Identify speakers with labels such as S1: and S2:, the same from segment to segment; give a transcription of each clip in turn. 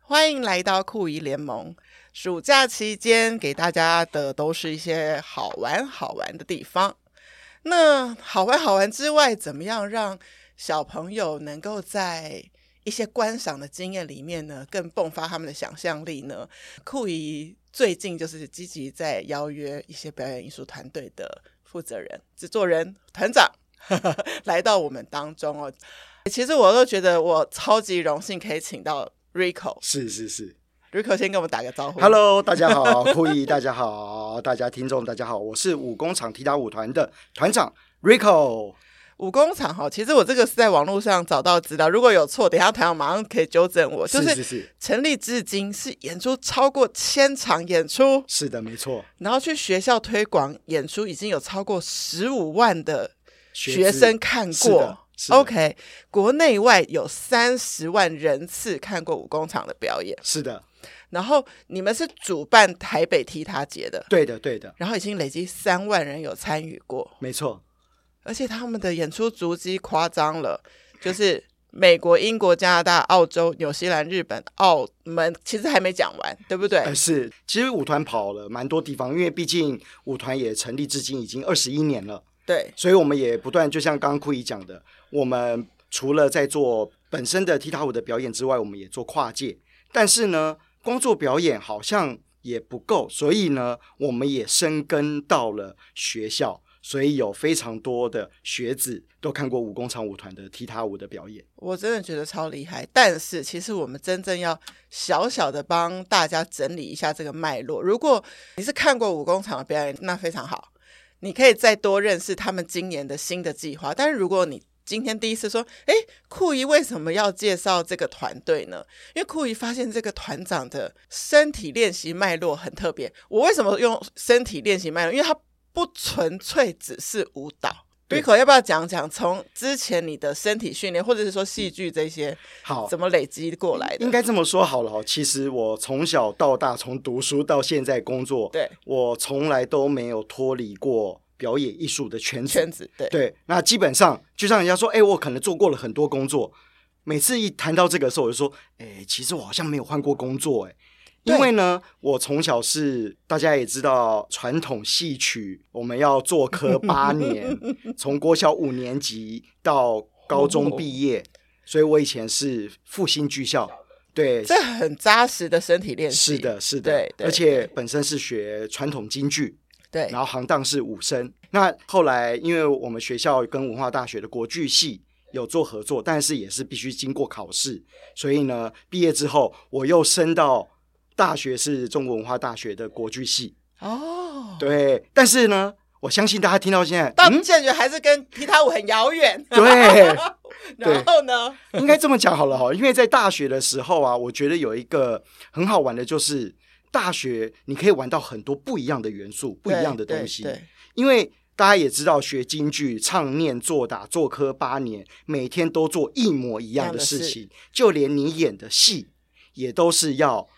S1: 欢迎来到酷姨联盟。暑假期间给大家的都是一些好玩好玩的地方。那好玩好玩之外，怎么样让小朋友能够在一些观赏的经验里面呢，更迸发他们的想象力呢？酷姨最近就是积极在邀约一些表演艺术团队的负责人、制作人、团长 来到我们当中哦。其实我都觉得我超级荣幸可以请到 Rico，Rico
S2: 是是是
S1: 先跟我们打个招呼。
S2: ，Hello，大家好， 酷姨，大家好，大家听众大家好，我是武工厂踢打舞团的团长 Rico。
S1: 武工厂哈，其实我这个是在网络上找到资料，如果有错，等一下团长马上可以纠正我。就是
S2: 是是
S1: 成立至今是演出超过千场演出，
S2: 是的，没错，
S1: 然后去学校推广演出，已经有超过十五万的
S2: 学
S1: 学
S2: 子
S1: 生看
S2: 是的
S1: 过。
S2: 是的
S1: OK，国内外有三十万人次看过武工厂的表演，
S2: 是的，
S1: 然后你们是主办台北踢踏节的，
S2: 对的对的，
S1: 然后已经累积三万人有参与过，
S2: 没错，
S1: 而且他们的演出足迹夸张了，就是美国、英国、加拿大、澳洲、纽西兰、日本、澳门，其实还没讲完，对不对？
S2: 呃是，其实舞团跑了蛮多地方，因为毕竟舞团也成立至今已经二十一年了。
S1: 对，
S2: 所以我们也不断，就像刚刚酷姨讲的，我们除了在做本身的踢踏舞的表演之外，我们也做跨界。但是呢，光做表演好像也不够，所以呢，我们也深耕到了学校，所以有非常多的学子都看过武工厂舞团的踢踏舞的表演。
S1: 我真的觉得超厉害。但是其实我们真正要小小的帮大家整理一下这个脉络。如果你是看过武工厂的表演，那非常好，你可以再多认识他们今年的新的计划。但是如果你今天第一次说，诶，酷姨为什么要介绍这个团队呢？因为酷姨发现这个团长的身体练习脉络很特别。我为什么用身体练习脉络？因为它不纯粹只是舞蹈。
S2: 对
S1: Rico，要不要讲讲从之前你的身体训练，或者是说戏剧这些，
S2: 嗯好，
S1: 怎么累积过来的？
S2: 应该这么说好了哦。其实我从小到大，从读书到现在工作，
S1: 对
S2: 我从来都没有脱离过表演艺术的圈子。
S1: 圈子对
S2: 嗯对，那基本上就像人家说，哎、我可能做过了很多工作，每次一谈到这个的时候，我就说，哎、其实我好像没有换过工作、哎。因
S1: 对
S2: 为呢，我从小是大家也知道，传统戏曲我们要做科八年，从国小五年级到高中毕业，所以我以前是复兴剧校，对，
S1: 这很扎实的身体练习。
S2: 是的，是的，
S1: 对对
S2: 而且本身是学传统京剧，
S1: 对
S2: 然，后行当是武生。那后来，因为我们学校跟文化大学的国剧系有做合作，但是也是必须经过考试，所以呢，毕业之后我又升到大学是中国文化大学的国剧系。
S1: 哦，
S2: 对，但是呢，我相信大家听到现在，
S1: 到
S2: 嗯，
S1: 现在觉得还是跟踢踏舞很遥远。
S2: 对，
S1: 然后呢？
S2: 嗯应该这么讲好了哈，因为在大学的时候啊，我觉得有一个很好玩的就是。大学你可以玩到很多不一样的元素，不一样的东西。
S1: 对，对
S2: 因为大家也知道，学京剧、唱念做打、做科八年，每天都做一模一样的事情，就连你演的戏也都是要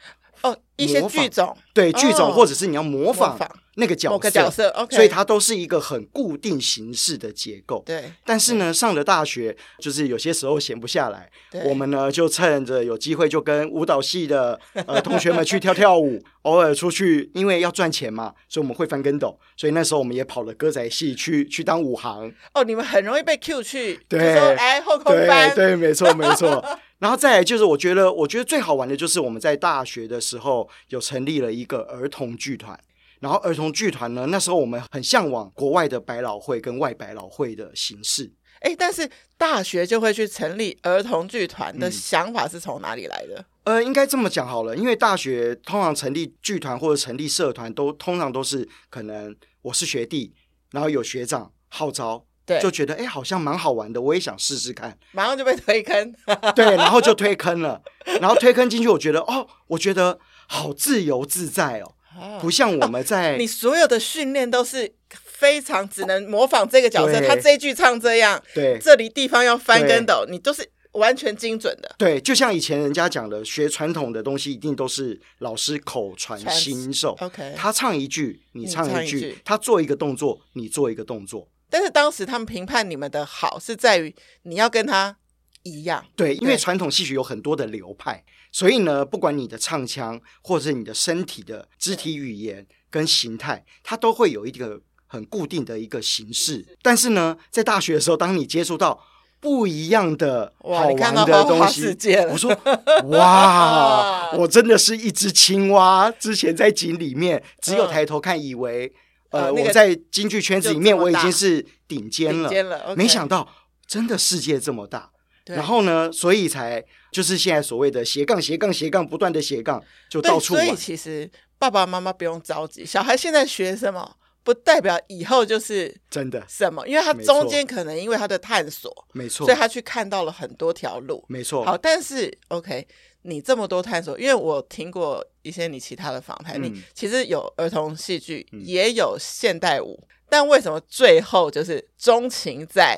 S1: 对哦，一些
S2: 模仿
S1: 剧种
S2: 对剧种，
S1: 哦
S2: 或者是你要模仿
S1: 模仿
S2: 那个角色，
S1: 某个角色，OK，
S2: 所以它都是一个很固定形式的结构。
S1: 对
S2: 但是呢，上了大学，就是有些时候闲不下来，
S1: 对
S2: 我们呢就趁着有机会，就跟舞蹈系的呃同学们去跳跳舞， 偶尔出去，因为要赚钱嘛，所以我们会翻跟斗，所以那时候我们也跑了歌仔戏去去当舞行，
S1: 哦，你们很容易被 Q 去，
S2: 对
S1: 就说来后空
S2: 对
S1: 翻，
S2: 对，没错没错。然后再来就是，我觉得我觉得最好玩的就是我们在大学的时候有成立了一个儿童剧团。然后儿童剧团呢，那时候我们很向往国外的百老汇跟外百老汇的形式。
S1: 哎，但是大学就会去成立儿童剧团
S2: 嗯
S1: 的想法是从哪里来的？
S2: 呃，应该这么讲好了，因为大学通常成立剧团或者成立社团都通常都是可能我是学弟，然后有学长号召，
S1: 对，
S2: 就觉得哎、诶好像蛮好玩的，我也想试试看，
S1: 马上就被推坑，
S2: 对，然后就推坑了，然后推坑进去，我觉得哦，我觉得好自由自在哦，不像我们在、
S1: 嗯 你所有的训练都是非常只能模仿这个角色，
S2: 对
S1: 他这一句唱这样，
S2: 对
S1: 这里地方要翻跟斗，你都是完全精准的。
S2: 对，就像以前人家讲的，学传统的东西一定都是老师口传
S1: 传
S2: 心授，
S1: OK，
S2: 他唱一句你
S1: 你
S2: 唱
S1: 唱
S2: 一
S1: 一
S2: 句，
S1: 句
S2: 他做一个动作你做一个动作。
S1: 但是当时他们评判你们的好是在于你要跟他一样。
S2: 对，因为
S1: 对
S2: 传统戏曲有很多的流派，所以呢，不管你的唱腔，或者是你的身体的肢体语言跟形态，它都会有一个很固定的一个形式。但是呢，在大学的时候，当你接触到不一样的好
S1: 哇，你看到
S2: 玩的
S1: 花
S2: 东
S1: 花
S2: 西
S1: 世，界了啊
S2: 我，说 哇，我真的是一只青蛙。之前在井里面，只有
S1: 嗯
S2: 抬头看，以为
S1: 呃
S2: 呃，
S1: 那个
S2: 我在京剧圈子里
S1: 就
S2: 面
S1: 这么
S2: 我已
S1: 大
S2: 经是顶尖
S1: 顶
S2: 了，
S1: 尖了，
S2: 没想到真的世界这么大。
S1: 对
S2: 然后呢，所以才就是现在所谓的斜杠、斜杠、斜杠，不断的斜杠，就
S1: 对，
S2: 到处
S1: 所以
S2: 玩。
S1: 其实爸爸妈妈不用着急，小孩现在学什么，不代表以后就是
S2: 真的，
S1: 什么，因为他
S2: 没
S1: 中
S2: 错
S1: 间可能因为他的探索，
S2: 没错
S1: 所以，他去看到了很多条路。
S2: 没错。
S1: 好，，但是 OK，你这么多探索，因为我听过一些你其他的访谈，你
S2: 嗯
S1: 其实有儿童戏剧，
S2: 嗯
S1: 也有现代舞，但为什么最后就是钟情在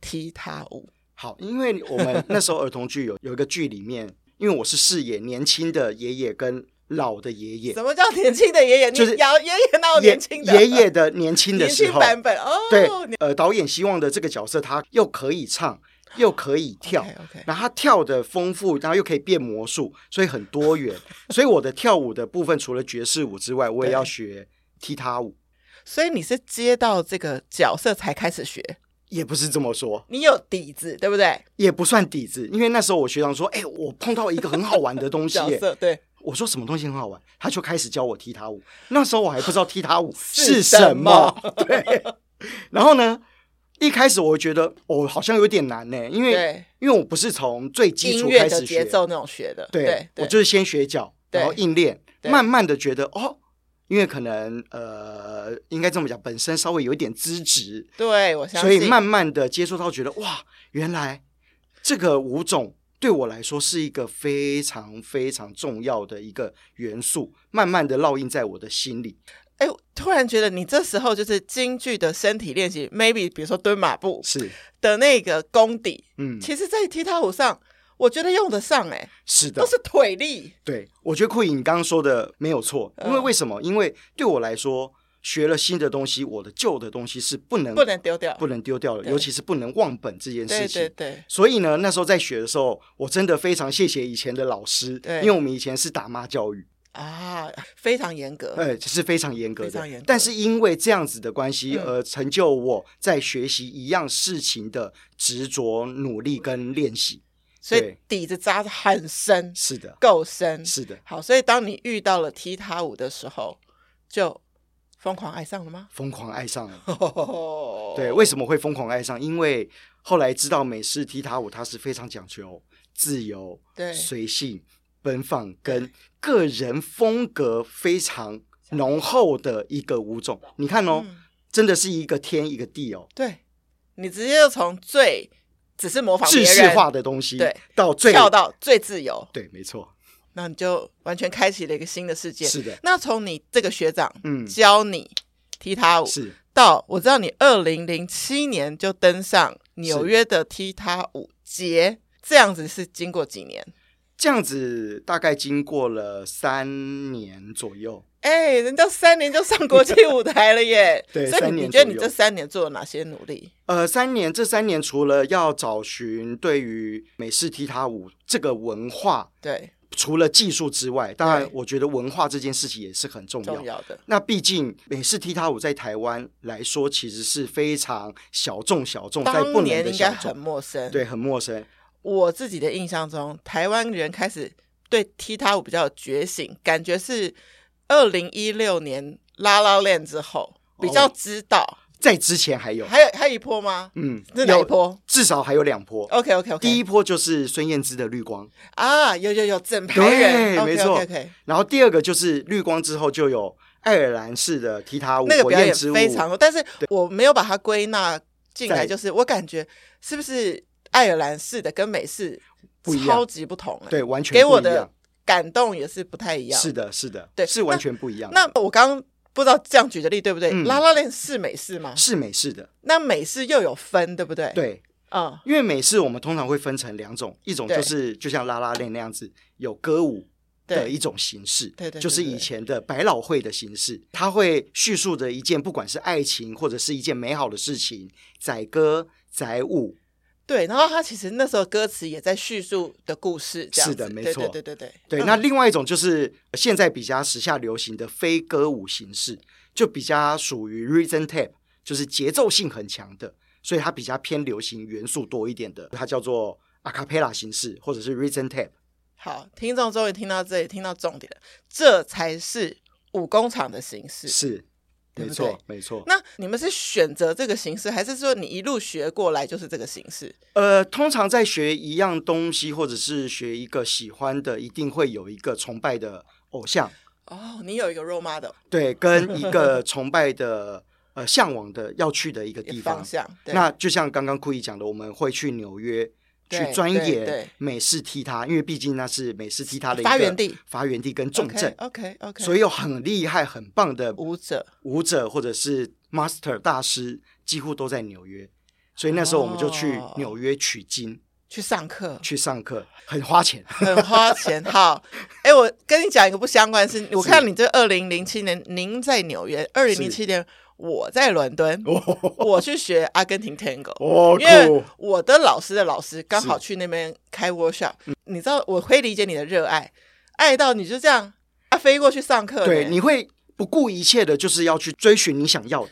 S1: 踢踏舞？
S2: 好，因为我们那时候儿童剧有有一个剧里面，因为我是饰演年轻的爷爷跟老的爷爷，
S1: 什么叫年轻的爷爷？
S2: 就是
S1: 你摇爷爷哪有
S2: 爷
S1: 年轻的
S2: 爷爷的年轻的
S1: 年
S2: 时
S1: 轻
S2: 候，
S1: 版本哦？
S2: 对，呃，导演希望的这个角色，他又可以唱，又可以跳。
S1: OK，
S2: 然后他跳的丰富，然后又可以变魔术，所以很多 元。所以我的跳舞的部分，除了爵士舞之外，我也
S1: 对
S2: 要学踢踏舞。
S1: 所以你是接到这个角色才开始学，
S2: 也不是这么说，
S1: 你有底子，对不对？
S2: 也不算底子，因为那时候我学长说：“哎、我碰到一个很好玩的东 西
S1: 角
S2: 耶。
S1: 色对，”
S2: 我说：“什么东西很好玩？”他就开始教我踢踏舞。那时候我还不知道踢踏 舞
S1: 是
S2: 是
S1: 什
S2: 什
S1: 么
S2: 么， 对。然后呢，一开始我觉得哦，好像有点难呢，因为
S1: 对
S2: 因为我不是从最基
S1: 音
S2: 础
S1: 乐
S2: 开
S1: 的
S2: 始
S1: 节
S2: 学，
S1: 奏那种学的，
S2: 对
S1: 对，
S2: 我
S1: 对
S2: 就是先学脚，然后
S1: 对
S2: 硬练，
S1: 对
S2: 慢慢的觉得哦，因为可能呃，应该这么讲，本身稍微有一点资质，
S1: 对我相
S2: 所
S1: 信，
S2: 以慢慢的接触到，觉得哇，原来这个舞种对我来说是一个非常非常重要的一个元素，慢慢的烙印在我的心里。
S1: 哎，我突然觉得你这时候就是京剧的身体练习，maybe 比如说蹲马步
S2: 是，
S1: 的那个功底，
S2: 嗯，
S1: 其实在踢踏舞上，我觉得用得上、哎，
S2: 是的
S1: 都，是腿力，
S2: 对，我觉得酷影你刚刚说的没有错，因为
S1: 嗯
S2: 为什么？因为对我来说，学了新的东西，我的旧的东西是不能
S1: 不能丢掉。
S2: 不能丢掉的，
S1: 对
S2: 尤其是不能忘本这件事
S1: 对
S2: 情。
S1: 对对，
S2: 所以呢，那时候在学的时候，我真的非常谢谢以前的老师
S1: 对，
S2: 因为我们以前是打骂教育，
S1: 啊，非常严格。
S2: 呃，是非常严格
S1: 非
S2: 的
S1: 常严格。
S2: 但是因为这样子的关系，
S1: 嗯
S2: 而成就我在学习一样事情的执着、努力跟练习。
S1: 所以
S2: 对
S1: 底子扎得很深，
S2: 是的，
S1: 够深。
S2: 是的，
S1: 好，所以当你遇到了踢踏舞的时候，就疯狂爱上了吗？哦
S2: 疯狂爱上了。对，
S1: 对
S2: 为什么会疯狂爱上？因为后来知道美式踢踏舞它是非常讲求自由、
S1: 对
S2: 随性、奔放跟个人风格非常浓厚的一个舞种。你看哦，
S1: 嗯
S2: 真的是一个天一个地哦。
S1: 对，你直接就从最只是模仿别
S2: 制
S1: 人
S2: 式化的东西，
S1: 对，
S2: 到最
S1: 跳到最自由，
S2: 对，没错，
S1: 那你就完全开启了一个新的世界。
S2: 是的，
S1: 那从你这个学长
S2: 嗯，
S1: 教你踢踏舞，
S2: 是
S1: 到我知道你二零零七年就登上纽约的踢踏舞节，这样子是经过几年？
S2: 这样子，大概经过了三年左右。
S1: 哎、人家三年就上国际舞台了耶！
S2: 对
S1: 所以
S2: 三
S1: 你
S2: 年
S1: 你觉得你
S2: 左
S1: 这
S2: 右
S1: 三年做了哪些努力？
S2: 呃，三年，这三年除了要找寻对于美式踢踏舞这个文化，
S1: 对，
S2: 除了技术之外，当然
S1: 对，
S2: 我觉得文化这件事情也是很重要。
S1: 重要的
S2: 那毕竟美式踢踏舞在台湾来说，其实是非常小众、小众，在不
S1: 当
S2: 能
S1: 年
S2: 的
S1: 应该
S2: 小
S1: 很
S2: 众，
S1: 陌生。，
S2: 对，很陌生。
S1: 我自己的印象中，台湾人开始对踢踏舞比较有觉醒，感觉是二零一六年拉拉链之后比较知道。
S2: 在之前还有，
S1: 还有还有一波吗？
S2: 嗯，
S1: 是哪一
S2: 有
S1: 波
S2: 至少还有两波。
S1: ？OK OK OK，
S2: 第一波就是孙燕姿的《绿光》，
S1: 啊，有有有整排人
S2: 对
S1: ，OK，
S2: 没错
S1: OK OK，
S2: 然后第二个就是《绿光》之后就有爱尔兰式的踢踏舞、
S1: 那个
S2: 火
S1: 表演
S2: 焰之舞，
S1: 非常多，但是我没有把它归纳进来，
S2: 在
S1: 就是我感觉是不是爱尔兰式的跟美式
S2: 不一样
S1: 超级不同、欸？
S2: 对，，完全
S1: 给
S2: 不
S1: 我
S2: 一
S1: 的
S2: 样
S1: 感动也是不太一样。
S2: 是的，是的，
S1: 对
S2: 是完全不一样的。
S1: 那我刚刚不知道这样举的例对不对？
S2: 嗯
S1: 拉拉链是美式吗？
S2: 是美式的，
S1: 那美式又有分对不对？，
S2: 对，
S1: 嗯，
S2: 因为美式我们通常会分成两种，一种
S1: 对
S2: 就是就像拉拉链那样子，有歌舞。的
S1: 对
S2: 一种形式，
S1: 对对对
S2: 就是
S1: 对
S2: 以前的百老汇的形式，它会叙述着一件不管是爱情或者是一件美好的事情，载歌载舞，
S1: 对，然后他其实那时候歌词也在叙述的故事，这样
S2: 是的
S1: 子
S2: 没
S1: 对
S2: 错
S1: 对对对对
S2: 对，
S1: 嗯
S2: 那另外一种就是现在比较时下流行的非歌舞形式，就比较属于 rhythm tape，就是节奏性很强的，所以它比较偏流行元素多一点的，它叫做 a cappella 形式或者是 rhythm tape。
S1: 好，听众终于听到这里，听到重点了，这才是武工场的形式。
S2: 是，
S1: 对
S2: 没
S1: 不
S2: 错，没错。
S1: 那你们是选择这个形式，还是说你一路学过来就是这个形式？
S2: 呃，通常在学一样东西或者是学一个喜欢的，一定会有一个崇拜的 偶像，
S1: 哦，你有一个 role model
S2: 对，跟一个崇拜的呃向往的要去的一个
S1: 一
S2: 地
S1: 个
S2: 方
S1: 方。向，对
S2: 那就像刚刚库伊讲的，我们会去纽约
S1: 对
S2: 去钻
S1: 对对
S2: 研美式踢踏，因为毕竟那是美式踢踏的一个
S1: 发源地
S2: 发源地跟重镇，
S1: OK OK，
S2: 所以有很厉害、很棒的
S1: 舞者
S2: 舞者或者是 master 大师，几乎都在纽约。所以那时候我们就去
S1: 哦
S2: 纽约取经，
S1: 去上课
S2: 去上课，很花钱。
S1: 很花 钱。好，哎、我跟你讲一个不相关的事，我看到你这二零零七年您在纽约，二零零七年我在伦敦，
S2: 哦，
S1: 我去学阿根廷 Tango。因为
S2: 酷！哦
S1: 我的老师的老师刚好
S2: 是
S1: 去那边开 workshop，你
S2: 嗯
S1: 知道我可以理解你的热爱，爱到你就这样啊飞过去上课呢，
S2: 对，你会不顾一切的，就是要去追寻你想要的，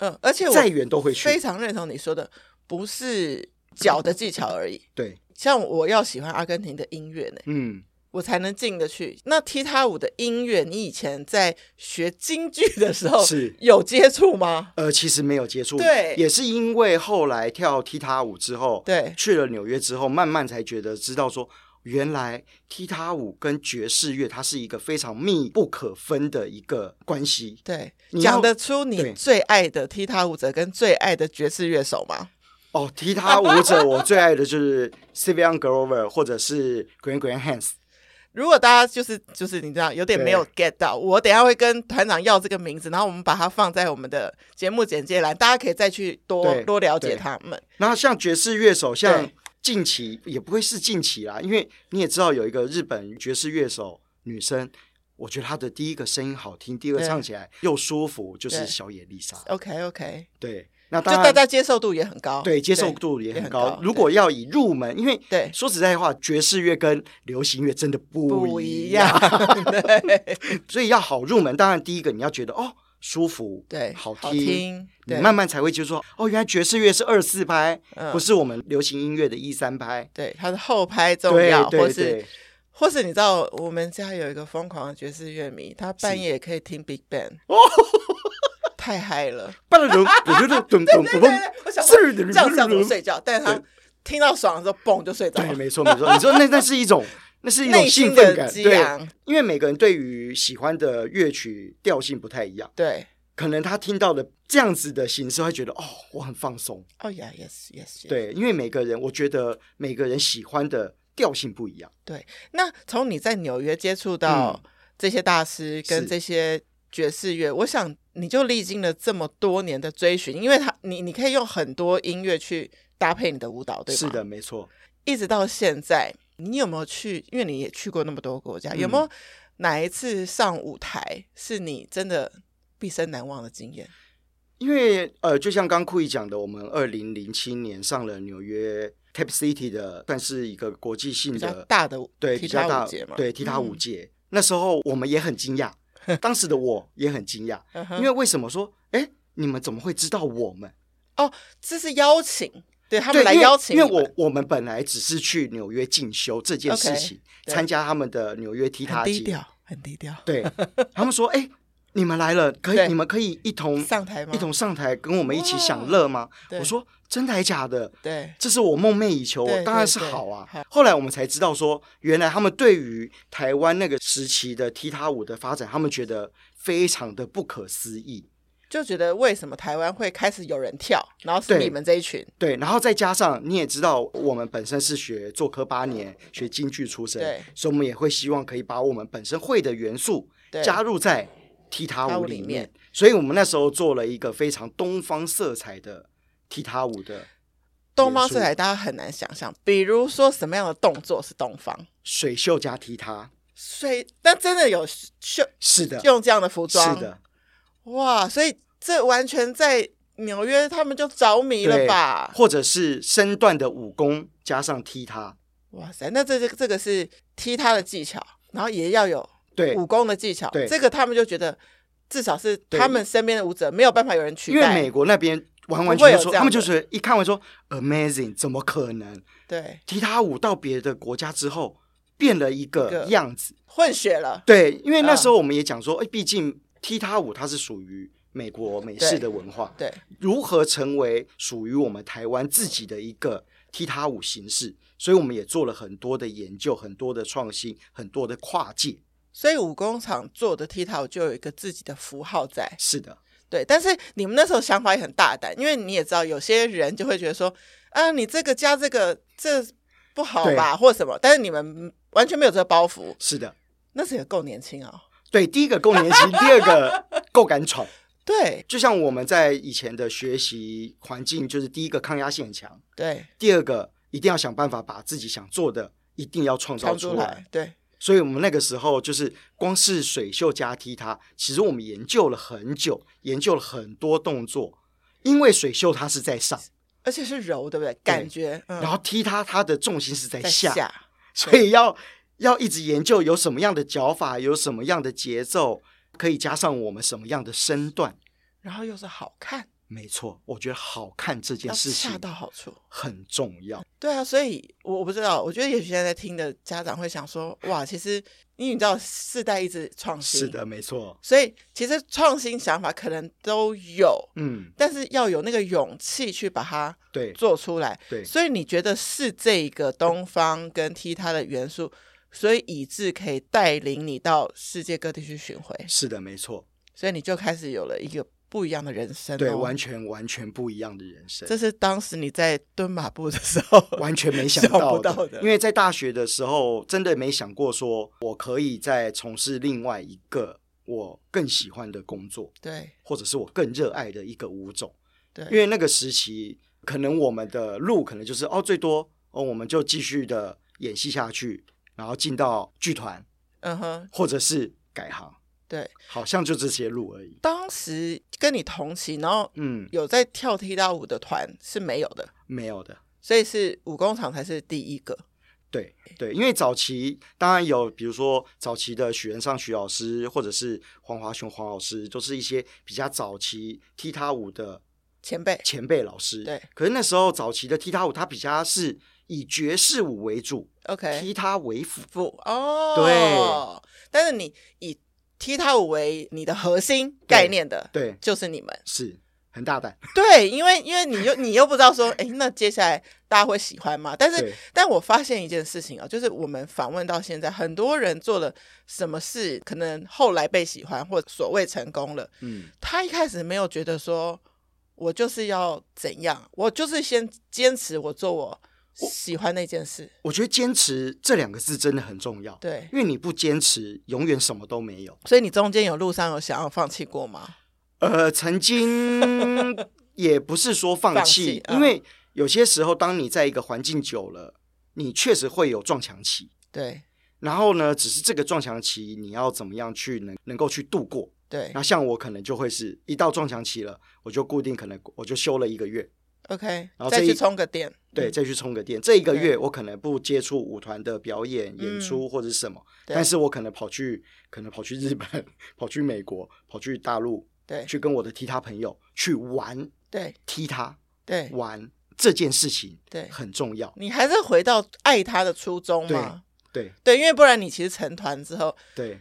S1: 嗯，而且我
S2: 再远都会去。
S1: 非常认同你说的，不是脚的技巧而已。
S2: 对，
S1: 像我要喜欢阿根廷的音乐呢，
S2: 嗯，
S1: 我才能进得去。那踢踏舞的音乐，你以前在学京剧的时候
S2: 是
S1: 有接触吗？
S2: 呃，其实没有接触，
S1: 哦对
S2: 也是因为后来跳踢踏舞之后，
S1: 对
S2: 去了纽约之后，慢慢才觉得知道说，原来踢踏舞跟爵士乐它是一个非常密不可分的一个关系。
S1: 对，
S2: 你要
S1: 讲得出你
S2: 对
S1: 最爱的踢踏舞者跟最爱的爵士乐手吗？
S2: 哦，踢踏舞者我最爱的就是 Sylvian Grover 或者是 Green Green Hands，
S1: 如果大家就是就是你知道有点
S2: 对
S1: 没有 get 到，我等一下会跟团长要这个名字，然后我们把它放在我们的节目简介栏，大家可以再去多
S2: 对
S1: 多了解
S2: 对
S1: 他们。
S2: 然后像爵士乐手，像
S1: 对
S2: 近期也不会是近期啦，因为你也知道有一个日本爵士乐手女生。我觉得她的第一个声音好听，第二个
S1: 对
S2: 唱起来又舒服，就
S1: 对
S2: 是小野丽莎。
S1: OK OK，
S2: 对，那
S1: 就
S2: 当然
S1: 大家接受度也很高，
S2: 对接受度也
S1: 也
S2: 很
S1: 很
S2: 高
S1: 高。
S2: 如果要以入门，因为
S1: 对
S2: 说实在话，爵士乐跟流行乐真的
S1: 不
S2: 不
S1: 一样
S2: 样，，
S1: 对
S2: 所以要好入门，当然第一个你要觉得哦舒服，
S1: 对，
S2: 好
S1: 好
S2: 听。
S1: 听，
S2: 你
S1: 对
S2: 慢慢才会接触说，哦，原来爵士乐是二四拍，
S1: 嗯
S2: 不是我们流行音乐的一三拍。
S1: 对它的后拍重
S2: 对
S1: 要，或
S2: 对
S1: 是
S2: 对，
S1: 或是你知道我们家有一个疯狂的爵士乐迷，他半夜也可以听 Big Bang，哦，太嗨了。
S2: 巴拉隆，我觉得咚咚
S1: 对对
S2: 咚
S1: 对，我想
S2: 是的
S1: 说这样想怎么睡觉？但是他
S2: 对
S1: 听到爽的时候，嘣就睡着
S2: 对，
S1: 了，
S2: 没错没错。你说那那是一种，那是一种
S1: 内
S2: 兴
S1: 心
S2: 奋
S1: 的
S2: 感，
S1: 激
S2: 对，
S1: 昂。
S2: 因为每个人对于喜欢的乐曲调性不太一样。
S1: 对，
S2: 可能他听到的这样子的形式，会觉得哦，我很放松。
S1: 哦呀，yes yes，yes。
S2: 对，因为每个人，我觉得每个人喜欢的调性不一样。
S1: 那从你在纽约接触到这些大师跟
S2: 是
S1: 这些爵士乐，我想你就历经了这么多年的追寻，因为他你你可以用很多音乐去搭配你的舞蹈，对吗？
S2: 是的，没错。
S1: 一直到现在，你有没有去？因为你也去过那么多国家，有
S2: 嗯
S1: 没有哪一次上舞台是你真的毕生难忘的经验？
S2: 因为呃，就像刚库伊讲的，我们二零零七年上了纽约 Tap City 的，算是一个国际性
S1: 比较
S2: 的
S1: 大的
S2: 对
S1: 踢
S2: 比
S1: 踏
S2: 较
S1: 舞
S2: 大
S1: 节嘛
S2: 对踢踏舞
S1: 嗯
S2: 节。那时候我们也很惊讶，当时的我也很惊讶，
S1: 嗯
S2: 因
S1: 哼，
S2: 为为什么说哎，你们怎么会知道我们？
S1: 这是邀请，对他
S2: 对，
S1: 们来
S2: 因为
S1: 邀请你
S2: 因
S1: 们，
S2: 为我我们本来只是去纽约进修这件
S1: OK，
S2: 事情
S1: 对
S2: 参加他们的纽约踢
S1: 很
S2: 踏
S1: 低
S2: 节，
S1: 调，很低调，
S2: 对他们说，哎、你们来了，可
S1: 对
S2: 以，你们可以一同
S1: 上台吗？
S2: 一同上台跟我们一起
S1: 哇
S2: 享乐吗？
S1: 对
S2: 我说真的还假的？
S1: 对
S2: 这是我梦寐以求，
S1: 对
S2: 我当然
S1: 对
S2: 是
S1: 对
S2: 好啊
S1: 好。
S2: 后来我们才知道说，原来他们对于台湾那个时期的踢踏舞的发展，他们觉得非常的不可思议。
S1: 就觉得为什么台湾会开始有人跳，然后是
S2: 对
S1: 你们这一群，
S2: 对，然后再加上你也知道，我们本身是学做科八年，学京剧出身
S1: 对，
S2: 所以我们也会希望可以把我们本身会的元素
S1: 对
S2: 加入在踢
S1: 踏
S2: 踏
S1: 舞
S2: 舞
S1: 里
S2: 里
S1: 面
S2: 面。所以我们那时候做了一个非常东方色彩的踢踏舞的
S1: 东方色彩大家很难想象，比如说什么样的动作是东方，
S2: 水袖加踢踏，
S1: 所以但真的有秀
S2: 是的，
S1: 用这样的服装，
S2: 是的，
S1: 哇，所以这完全在纽约他们就着迷了
S2: 对
S1: 吧？
S2: 或者是身段的武功加上踢他，
S1: 哇塞，那这这这个是踢他的技巧，然后也要有
S2: 对，
S1: 武功的技巧
S2: 对，
S1: 这个他们就觉得至少是
S2: 对
S1: 他们身边的舞者没有办法有人取
S2: 因为
S1: 代。
S2: 美国那边完完
S1: 不会有
S2: 全全说，
S1: 这样
S2: 他们就
S1: 的
S2: 是一看完说 amazing，怎么可能？
S1: 对，
S2: 踢踏舞到别的国家之后变了一
S1: 一
S2: 个
S1: 个
S2: 样子，
S1: 混血了，
S2: 对，因为那
S1: 嗯
S2: 时候我们也讲说，哎、毕竟踢踏舞它是属于美国美式
S1: 对
S2: 的文化，
S1: 对，
S2: 如何成为属于我们台湾自己的一个踢踏舞形式？所以我们也做了很多的研究，很多的创新，很多的跨界。
S1: 所以武工厂做的踢踏舞就有一个自己的符号在。
S2: 是的，
S1: 对，但是你们那时候想法也很大胆，因为你也知道有些人就会觉得说，啊，你这个加这个这不好吧，或什么，但是你们完全没有这个包袱，
S2: 是的，
S1: 那时候也够年轻哦。
S2: 对，第一个够年轻，第二个够敢闯。
S1: 对
S2: 就像我们在以前的学习环境，就是第一个抗压性很强，
S1: 对，
S2: 第二个一定要想办法把自己想做的一定要创造
S1: 唱
S2: 出
S1: 出
S2: 来。
S1: 来，对，
S2: 所以我们那个时候就是光是水袖加踢踏，其实我们研究了很久，研究了很多动作，因为水袖它是在上，
S1: 而且是柔，对不对？感觉，嗯、
S2: 然后踢踏它的重心是在
S1: 在
S2: 下，
S1: 下，
S2: 所以要要一直研究有什么样的脚法，有什么样的节奏，可以加上我们什么样的身段。
S1: 然后又是好看，
S2: 没错，我觉得好看这件
S1: 要
S2: 事
S1: 恰
S2: 情
S1: 哦到好处。
S2: 很重要。
S1: 对啊，所以我我不知道，我觉得也许现在在听的家长会想说，哇，其实因为你知道世代一直创新，
S2: 是，的，没错。
S1: 所以其实创新想法可能都有，
S2: 嗯，
S1: 但是要有那个勇气去把它
S2: 对
S1: 做出来。
S2: 对，
S1: 所以你觉得是这个东方跟踢它的元素，所以以致可以带领你到世界各地去巡回，
S2: 是的，没错。
S1: 所以你就开始有了一个不一样的人生、哦。
S2: 对，完全完全不一样的人生。
S1: 这是当时你在蹲马步的时候，
S2: 完全 没想
S1: 想
S2: 到
S1: 不到的
S2: 因为在大学的时候，真的没想过说我可以再从事另外一个我更喜欢的工作，
S1: 对
S2: 或者是我更热爱的一个舞种。
S1: 对，
S2: 因为那个时期，可能我们的路可能就是哦，最多哦，我们就继续的演戏下去，然后进到剧团，
S1: 嗯哼，
S2: 或者是改行，
S1: 对，
S2: 好像就这些路而已。
S1: 当时跟你同期，然后
S2: 嗯，
S1: 有在跳踢踏舞的团是没有的，
S2: 没有的。
S1: 所以是武工厂才是第一个。
S2: 对对，因为早期当然有，比如说早期的许仁尚许老师，或者是黄华雄黄老师，都是一些比较早期踢踏舞的
S1: 前辈
S2: 前辈老师。
S1: 对，
S2: 可是那时候早期的踢踏舞，它比较是以爵士舞为主，
S1: ，OK，
S2: 踢踏为辅。
S1: 服哦，
S2: 对，
S1: 但是你以踢踏舞为你的核心概念的，
S2: 对，
S1: 就是你们
S2: 是很大胆。
S1: 对，因为因为你又你又不知道说，哎，那接下来大家会喜欢吗？但是
S2: 对，
S1: 但我发现一件事情啊，就是我们访问到现在，很多人做了什么事，可能后来被喜欢或所谓成功了，
S2: 嗯，
S1: 他一开始没有觉得说我就是要怎样，我就是先坚持我做我喜欢那件事。
S2: 我觉得坚持这两个字真的很重要，
S1: 对，
S2: 因为你不坚持，永远什么都没有。
S1: 所以你中间有路上有想要放弃过吗？
S2: 呃，曾经也不是说 放
S1: 放
S2: 弃
S1: 弃，
S2: 因
S1: 嗯
S2: 为有些时候，当你在一个环境久了，你确实会有撞墙期。
S1: 对
S2: 然后呢，只是这个撞墙期，你要怎么样去能能够去度过？
S1: 对
S2: 那像我可能就会是一到撞墙期了，我就固定可能我就休了一个月，
S1: ，OK，
S2: 然后
S1: 再
S2: 这一
S1: 去充个电。
S2: 对，
S1: 嗯，
S2: 再去充个电。这一个
S1: 对嗯
S2: 月我可能不接触舞团的表演、演出或者是什么，
S1: 对
S2: 但是我可能跑去，可能跑去日本， 跑去美国，跑去大陆，
S1: 对
S2: 去跟我的踢踏朋友去玩
S1: 对
S2: 踢踏
S1: 对
S2: 玩这件事情，
S1: 对
S2: 很重要。
S1: 你还是回到爱他的初衷嘛？
S2: 对
S1: 对，因为不然你其实成团之后
S2: 对，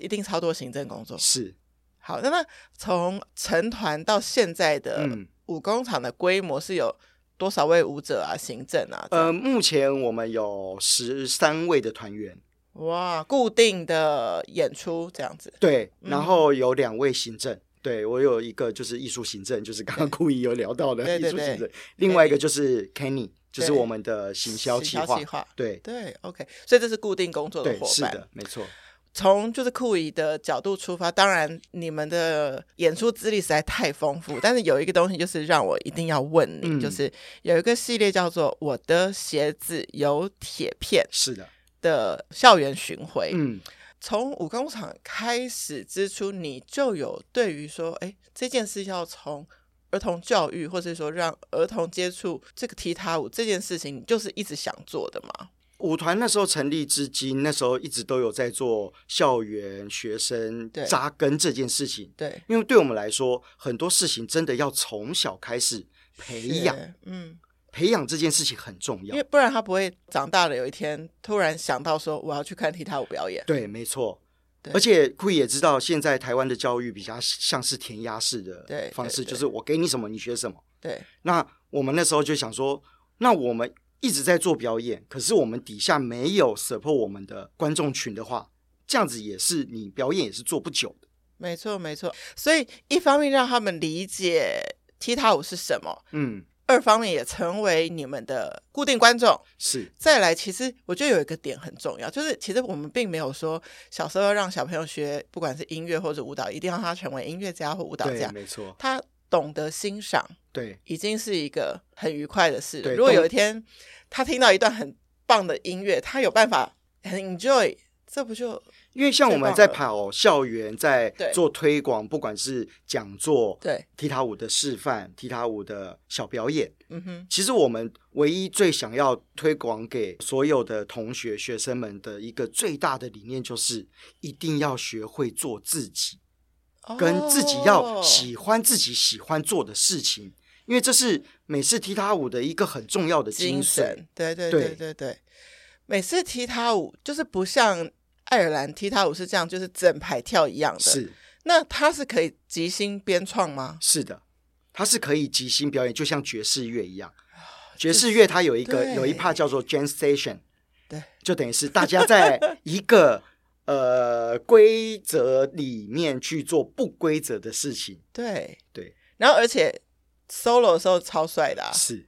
S1: 一定超多行政工作。
S2: 是，
S1: 好，那么从成团到现在的
S2: 嗯
S1: 武工厂的规模是有多少位舞者啊、行政啊？这样
S2: 呃，目前我们有十三位的团员，
S1: 哇，固定的演出这样子，
S2: 对，
S1: 嗯
S2: 然后有两位行政。对我有一个就是艺术行政，就是刚刚故意有聊到的
S1: 对
S2: 艺
S1: 对
S2: 术
S1: 对
S2: 行政，另外一个
S1: Kenny
S2: 就是 Kenny，就是
S1: 对
S2: 我们的行销
S1: 企
S2: 企划，
S1: 划。
S2: 对
S1: 对，OK，所以这是固定工作的
S2: 对，
S1: 伙
S2: 是
S1: 伴
S2: 的。，没错，
S1: 从就是酷姨的角度出发，当然你们的演出资历实在太丰富，但是有一个东西就是让我一定要问你，
S2: 嗯
S1: 就是有一个系列叫做《我的鞋子有铁片
S2: 是的，》
S1: 的校园巡回。
S2: 嗯，
S1: 从武工厂开始之初，你就有对于说，哎，这件事要从儿童教育，或是说让儿童接触这个踢踏舞这件事情，你就是一直想做的嘛？
S2: 舞团那时候成立至今，那时候一直都有在做校园学生
S1: 对
S2: 扎根这件事情，
S1: 对，
S2: 因为对我们来说，很多事情真的要从小开始培养，
S1: 是，嗯，
S2: 培养这件事情很重
S1: 因
S2: 要
S1: 为。不然他不会长大了有一天突然想到说我要去看踢踏舞表演。
S2: 对，没错。
S1: 对
S2: 而且酷也知道，现在台湾的教育比较像是填鸭式
S1: 对
S2: 的方式，
S1: 对对
S2: 就是我给你什么，你学什么。
S1: 对，
S2: 那我们那时候就想说，那我们一直在做表演，可是我们底下没有 support 我们的观众群的话，这样子也是你表演也是做不久的。
S1: 没错没错。所以一方面让他们理解踢踏舞是什么，
S2: 嗯，
S1: 二方面也成为你们的固定观众。
S2: 是
S1: 再来，其实我觉得有一个点很重要，就是其实我们并没有说小时候要让小朋友学，不管是音乐或者舞蹈，一定要他成为音乐家或舞蹈
S2: 对，
S1: 家。
S2: 没错，
S1: 他懂得欣赏，
S2: 对，
S1: 已经是一个很愉快的事了。
S2: 对
S1: 如果
S2: 懂
S1: 有一天他听到一段很棒的音乐，他有办法很 enjoy，这不就
S2: 因为像
S1: 太
S2: 我们
S1: 棒
S2: 在
S1: 了
S2: 跑校园，在
S1: 对
S2: 做推广，不管是讲座、
S1: 对？
S2: 踢踏舞的示范、踢踏舞的小表演，
S1: 嗯哼，
S2: 其实我们唯一最想要推广给所有的同学、学生们的一个最大的理念，就是一定要学会做自己，跟自己要
S1: 哦
S2: 喜欢自己喜欢做的事情，因为这是美式踢踏舞的一个很重要的
S1: 精
S2: 精神。
S1: 神，对对
S2: 对
S1: 对对对。每次踢踏舞就是不像爱尔兰踢踏舞是这样，就是整排跳一样的。，
S2: 是
S1: 那它是可以即兴编创吗？
S2: 是的，它是可以即兴表演，就像爵士乐一样。爵士乐它有一个
S1: 啊对
S2: 有一 part 叫做 jam station，
S1: 对，
S2: 就等于是大家在一个 呃规则里面去做不规则的事情，
S1: 对
S2: 对，
S1: 然后而且 solo 的时候超帅的、啊，
S2: 是，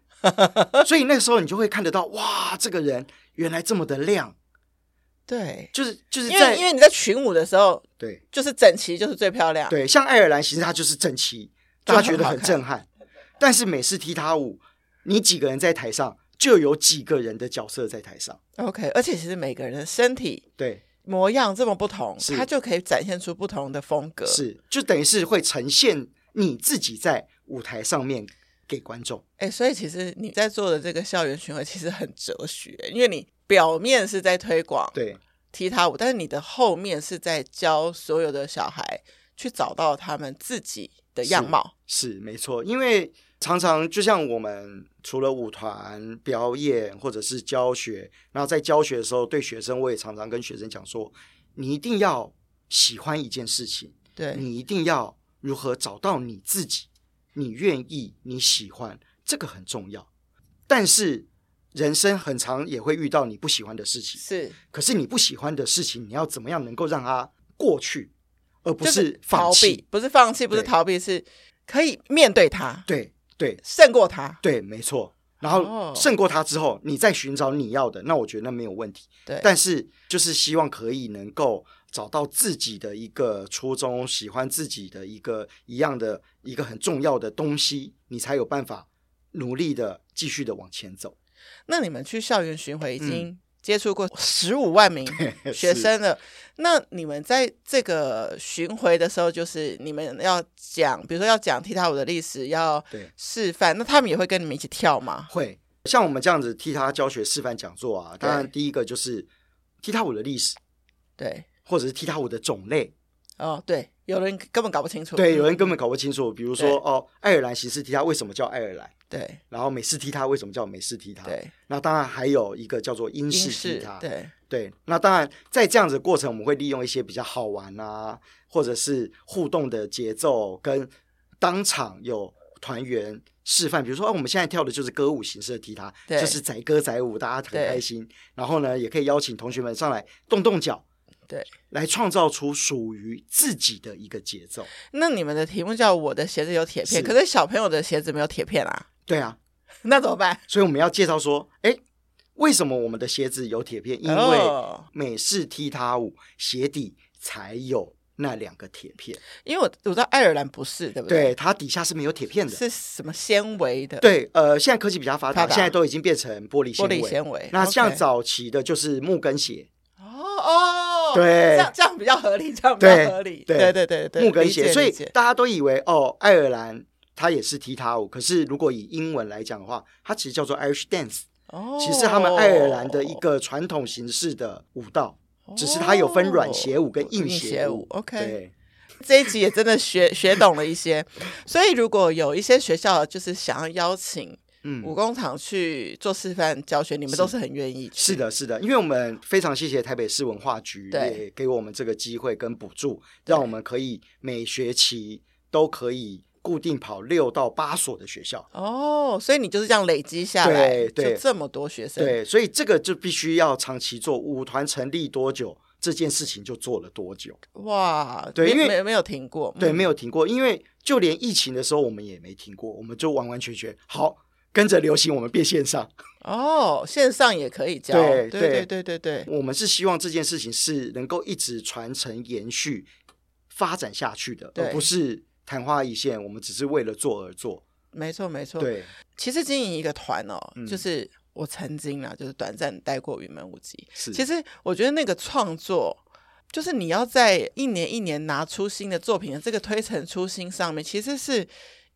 S2: 所以那时候你就会看得到，哇，这个人原来这么的亮，
S1: 对，
S2: 就是就是
S1: 因为因
S2: 在
S1: 为你在群舞的时候
S2: 对
S1: 就是整齐就是最漂亮，
S2: 对，像爱尔兰其实它就是整齐，
S1: 就
S2: 大家
S1: 很
S2: 觉得
S1: 好
S2: 很
S1: 看
S2: 震撼，但是美式踢踏舞，你几个人在台上，就有几个人的角色在台上，
S1: ，OK，而且其实每个人的身体
S2: 对，
S1: 模样这么不同，
S2: 是
S1: 它就可以展现出不同的风格，
S2: 是，就等于是会呈现你自己在舞台上面给观众。
S1: 哎、所以其实你在做的这个校园巡回其实很哲学，因为你表面是在推广
S2: 对，
S1: 踢踏舞，但是你的后面是在教所有的小孩去找到他们自己的样
S2: 是
S1: 貌。
S2: 是没错，因为常常就像我们除了舞团表演或者是教学，然后在教学的时候，对学生我也常常跟学生讲说，你一定要喜欢一件事情，
S1: 对，
S2: 你一定要如何找到你自己，你愿意，你喜欢，这个很重要。但是人生很长也会遇到你不喜欢的事情，
S1: 是
S2: 可是你不喜欢的事情，你要怎么样能够让它过去，而不
S1: 就是逃
S2: 放弃？
S1: 避，不是放弃，不是
S2: 对
S1: 逃避，是可以面对它，
S2: 对对
S1: 胜过它。
S2: 对，没错。然
S1: 哦
S2: 后胜过它之后，你再寻找你要的，那我觉得那没有问题。
S1: 对，
S2: 但是就是希望可以能够找到自己的一个初衷，喜欢自己的一个一样的一个很重要的东西，你才有办法努力的继续的往前走。
S1: 那你们去校园巡
S2: 嗯
S1: 回已经接触过十五万 名学生了，那你们在这个巡回的时候，就是你们要讲，比如说要讲踢踏舞的历史，要
S2: 对
S1: 示范，那他们也会跟你们一起跳吗？
S2: 会像我们这样子替他教学示范讲座啊，当然第一个就是踢踏舞的历史，
S1: 对，
S2: 或者是踢踏舞的种类，
S1: 哦，对，有人根本搞不清楚，
S2: 对，
S1: 嗯
S2: 有人根本搞不清楚，比如
S1: 对
S2: 说哦，爱尔兰形式踢踏为什么叫爱尔兰？
S1: 对
S2: 然后美式踢踏为什么叫美式踢踏？，
S1: 对，
S2: 那当然还有一个叫做英式
S1: 英
S2: 踢
S1: 式
S2: 踏。
S1: 对
S2: 对那当然在这样子的过程，我们会利用一些比较好玩啊，或者是互动的节奏，跟当场有团员示范，比如说哦，我们现在跳的就是歌舞形式的踢踏，
S1: 对
S2: 就是载歌载舞，大家很
S1: 对
S2: 开心。然后呢，也可以邀请同学们上来动动脚，
S1: 对，
S2: 来创造出属于自己的一个节奏。
S1: 那你们的题目叫“我的鞋子有铁片”，
S2: 是
S1: 可是小朋友的鞋子没有铁片啊，
S2: 对啊，
S1: 那怎么办？
S2: 所以我们要介绍说，哎，为什么我们的鞋子有铁片？因为
S1: 哦
S2: 美式踢踏舞鞋底才有那两个铁片，
S1: 因为我我知道爱尔兰不是，对不
S2: 对，它底下是没有铁片的。
S1: 是什么纤维的？，
S2: 对，呃，现在科技比较发
S1: 发
S2: 达，
S1: 达
S2: 现在都已经变成玻璃纤
S1: 玻
S2: 维。
S1: 璃纤维。
S2: 那
S1: OK
S2: 像早期的就是木跟鞋，
S1: 哦哦，
S2: 对
S1: 这样这样比较合理，这样比较合理。
S2: 对
S1: 对对对对，
S2: 木跟
S1: 理
S2: 鞋，
S1: 解
S2: 所以
S1: 理解
S2: 大家都以为哦，爱尔兰它也是踢踏舞，可是如果以英文来讲的话，它其实叫做 Irish Dance，
S1: 哦，
S2: 其实他们爱尔兰的一个传统形式的舞
S1: 哦
S2: 蹈，只是它有分软鞋舞跟硬
S1: 鞋
S2: 鞋
S1: 舞
S2: 舞。
S1: OK，
S2: 对，
S1: 这一集也真的学学懂了一些。所以如果有一些学校就是想要邀请武
S2: 嗯，
S1: 工厂去做示范教学，你们都是很愿意去。
S2: 是的，是的，因为我们非常谢谢台北市文化局
S1: 对
S2: 也给我们这个机会跟补助，让我们可以每学期都可以固定跑六到八所的学校。
S1: 哦，所以你就是这样累积下来，
S2: 对对
S1: 就这么多学生，
S2: 对，所以这个就必须要长期做。舞团成立多久，这件事情就做了多久。
S1: 哇，
S2: 对
S1: 没
S2: 因为
S1: 没没有停过，
S2: 对，
S1: 嗯
S2: 没有停过，因为就连疫情的时候我们也没停过，我们就完完全全好跟着流行，我们变线上。
S1: 哦，线上也可以教，
S2: 对
S1: 对对对
S2: 对
S1: 对对
S2: 我们是希望这件事情是能够一直传承、延续、发展下去的，
S1: 对
S2: 而不是昙花一现。我们只是为了做而做。
S1: 没错没错。，
S2: 对，
S1: 其实经营一个团哦，
S2: 嗯
S1: 就是我曾经啊，就是短暂待过云门舞集。
S2: 是。
S1: 其实我觉得那个创作，就是你要在一年一年拿出新的作品的这个推陈出新上面，其实是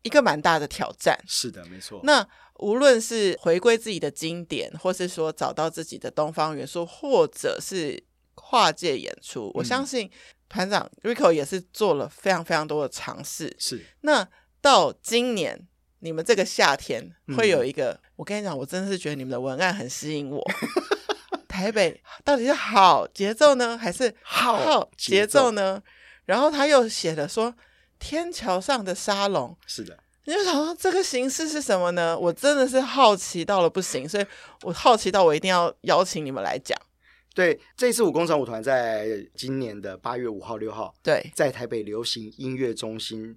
S1: 一个蛮大的挑战。
S2: 是的，没错。
S1: 那无论是回归自己的经典，或是说找到自己的东方元素，或者是跨界演出，我
S2: 嗯
S1: 相信团长 Rico 也是做了非常非常多的尝试。
S2: 是
S1: 那到今年，你们这个夏天
S2: 嗯
S1: 会有一个，我跟你讲，我真的是觉得你们的文案很吸 引我。台北到底是好节奏呢，还是
S2: 好
S1: 好节
S2: 节奏
S1: 奏呢？然后他又写了说天桥上的沙龙，
S2: 是的，
S1: 你就想说这个形式是什么呢？我真的是好奇到了不行，所以我好奇到我一定要邀请你们来讲。
S2: 对。这次武工厂舞团在今年的八月五号、六号
S1: 对，
S2: 在台北流行音乐中心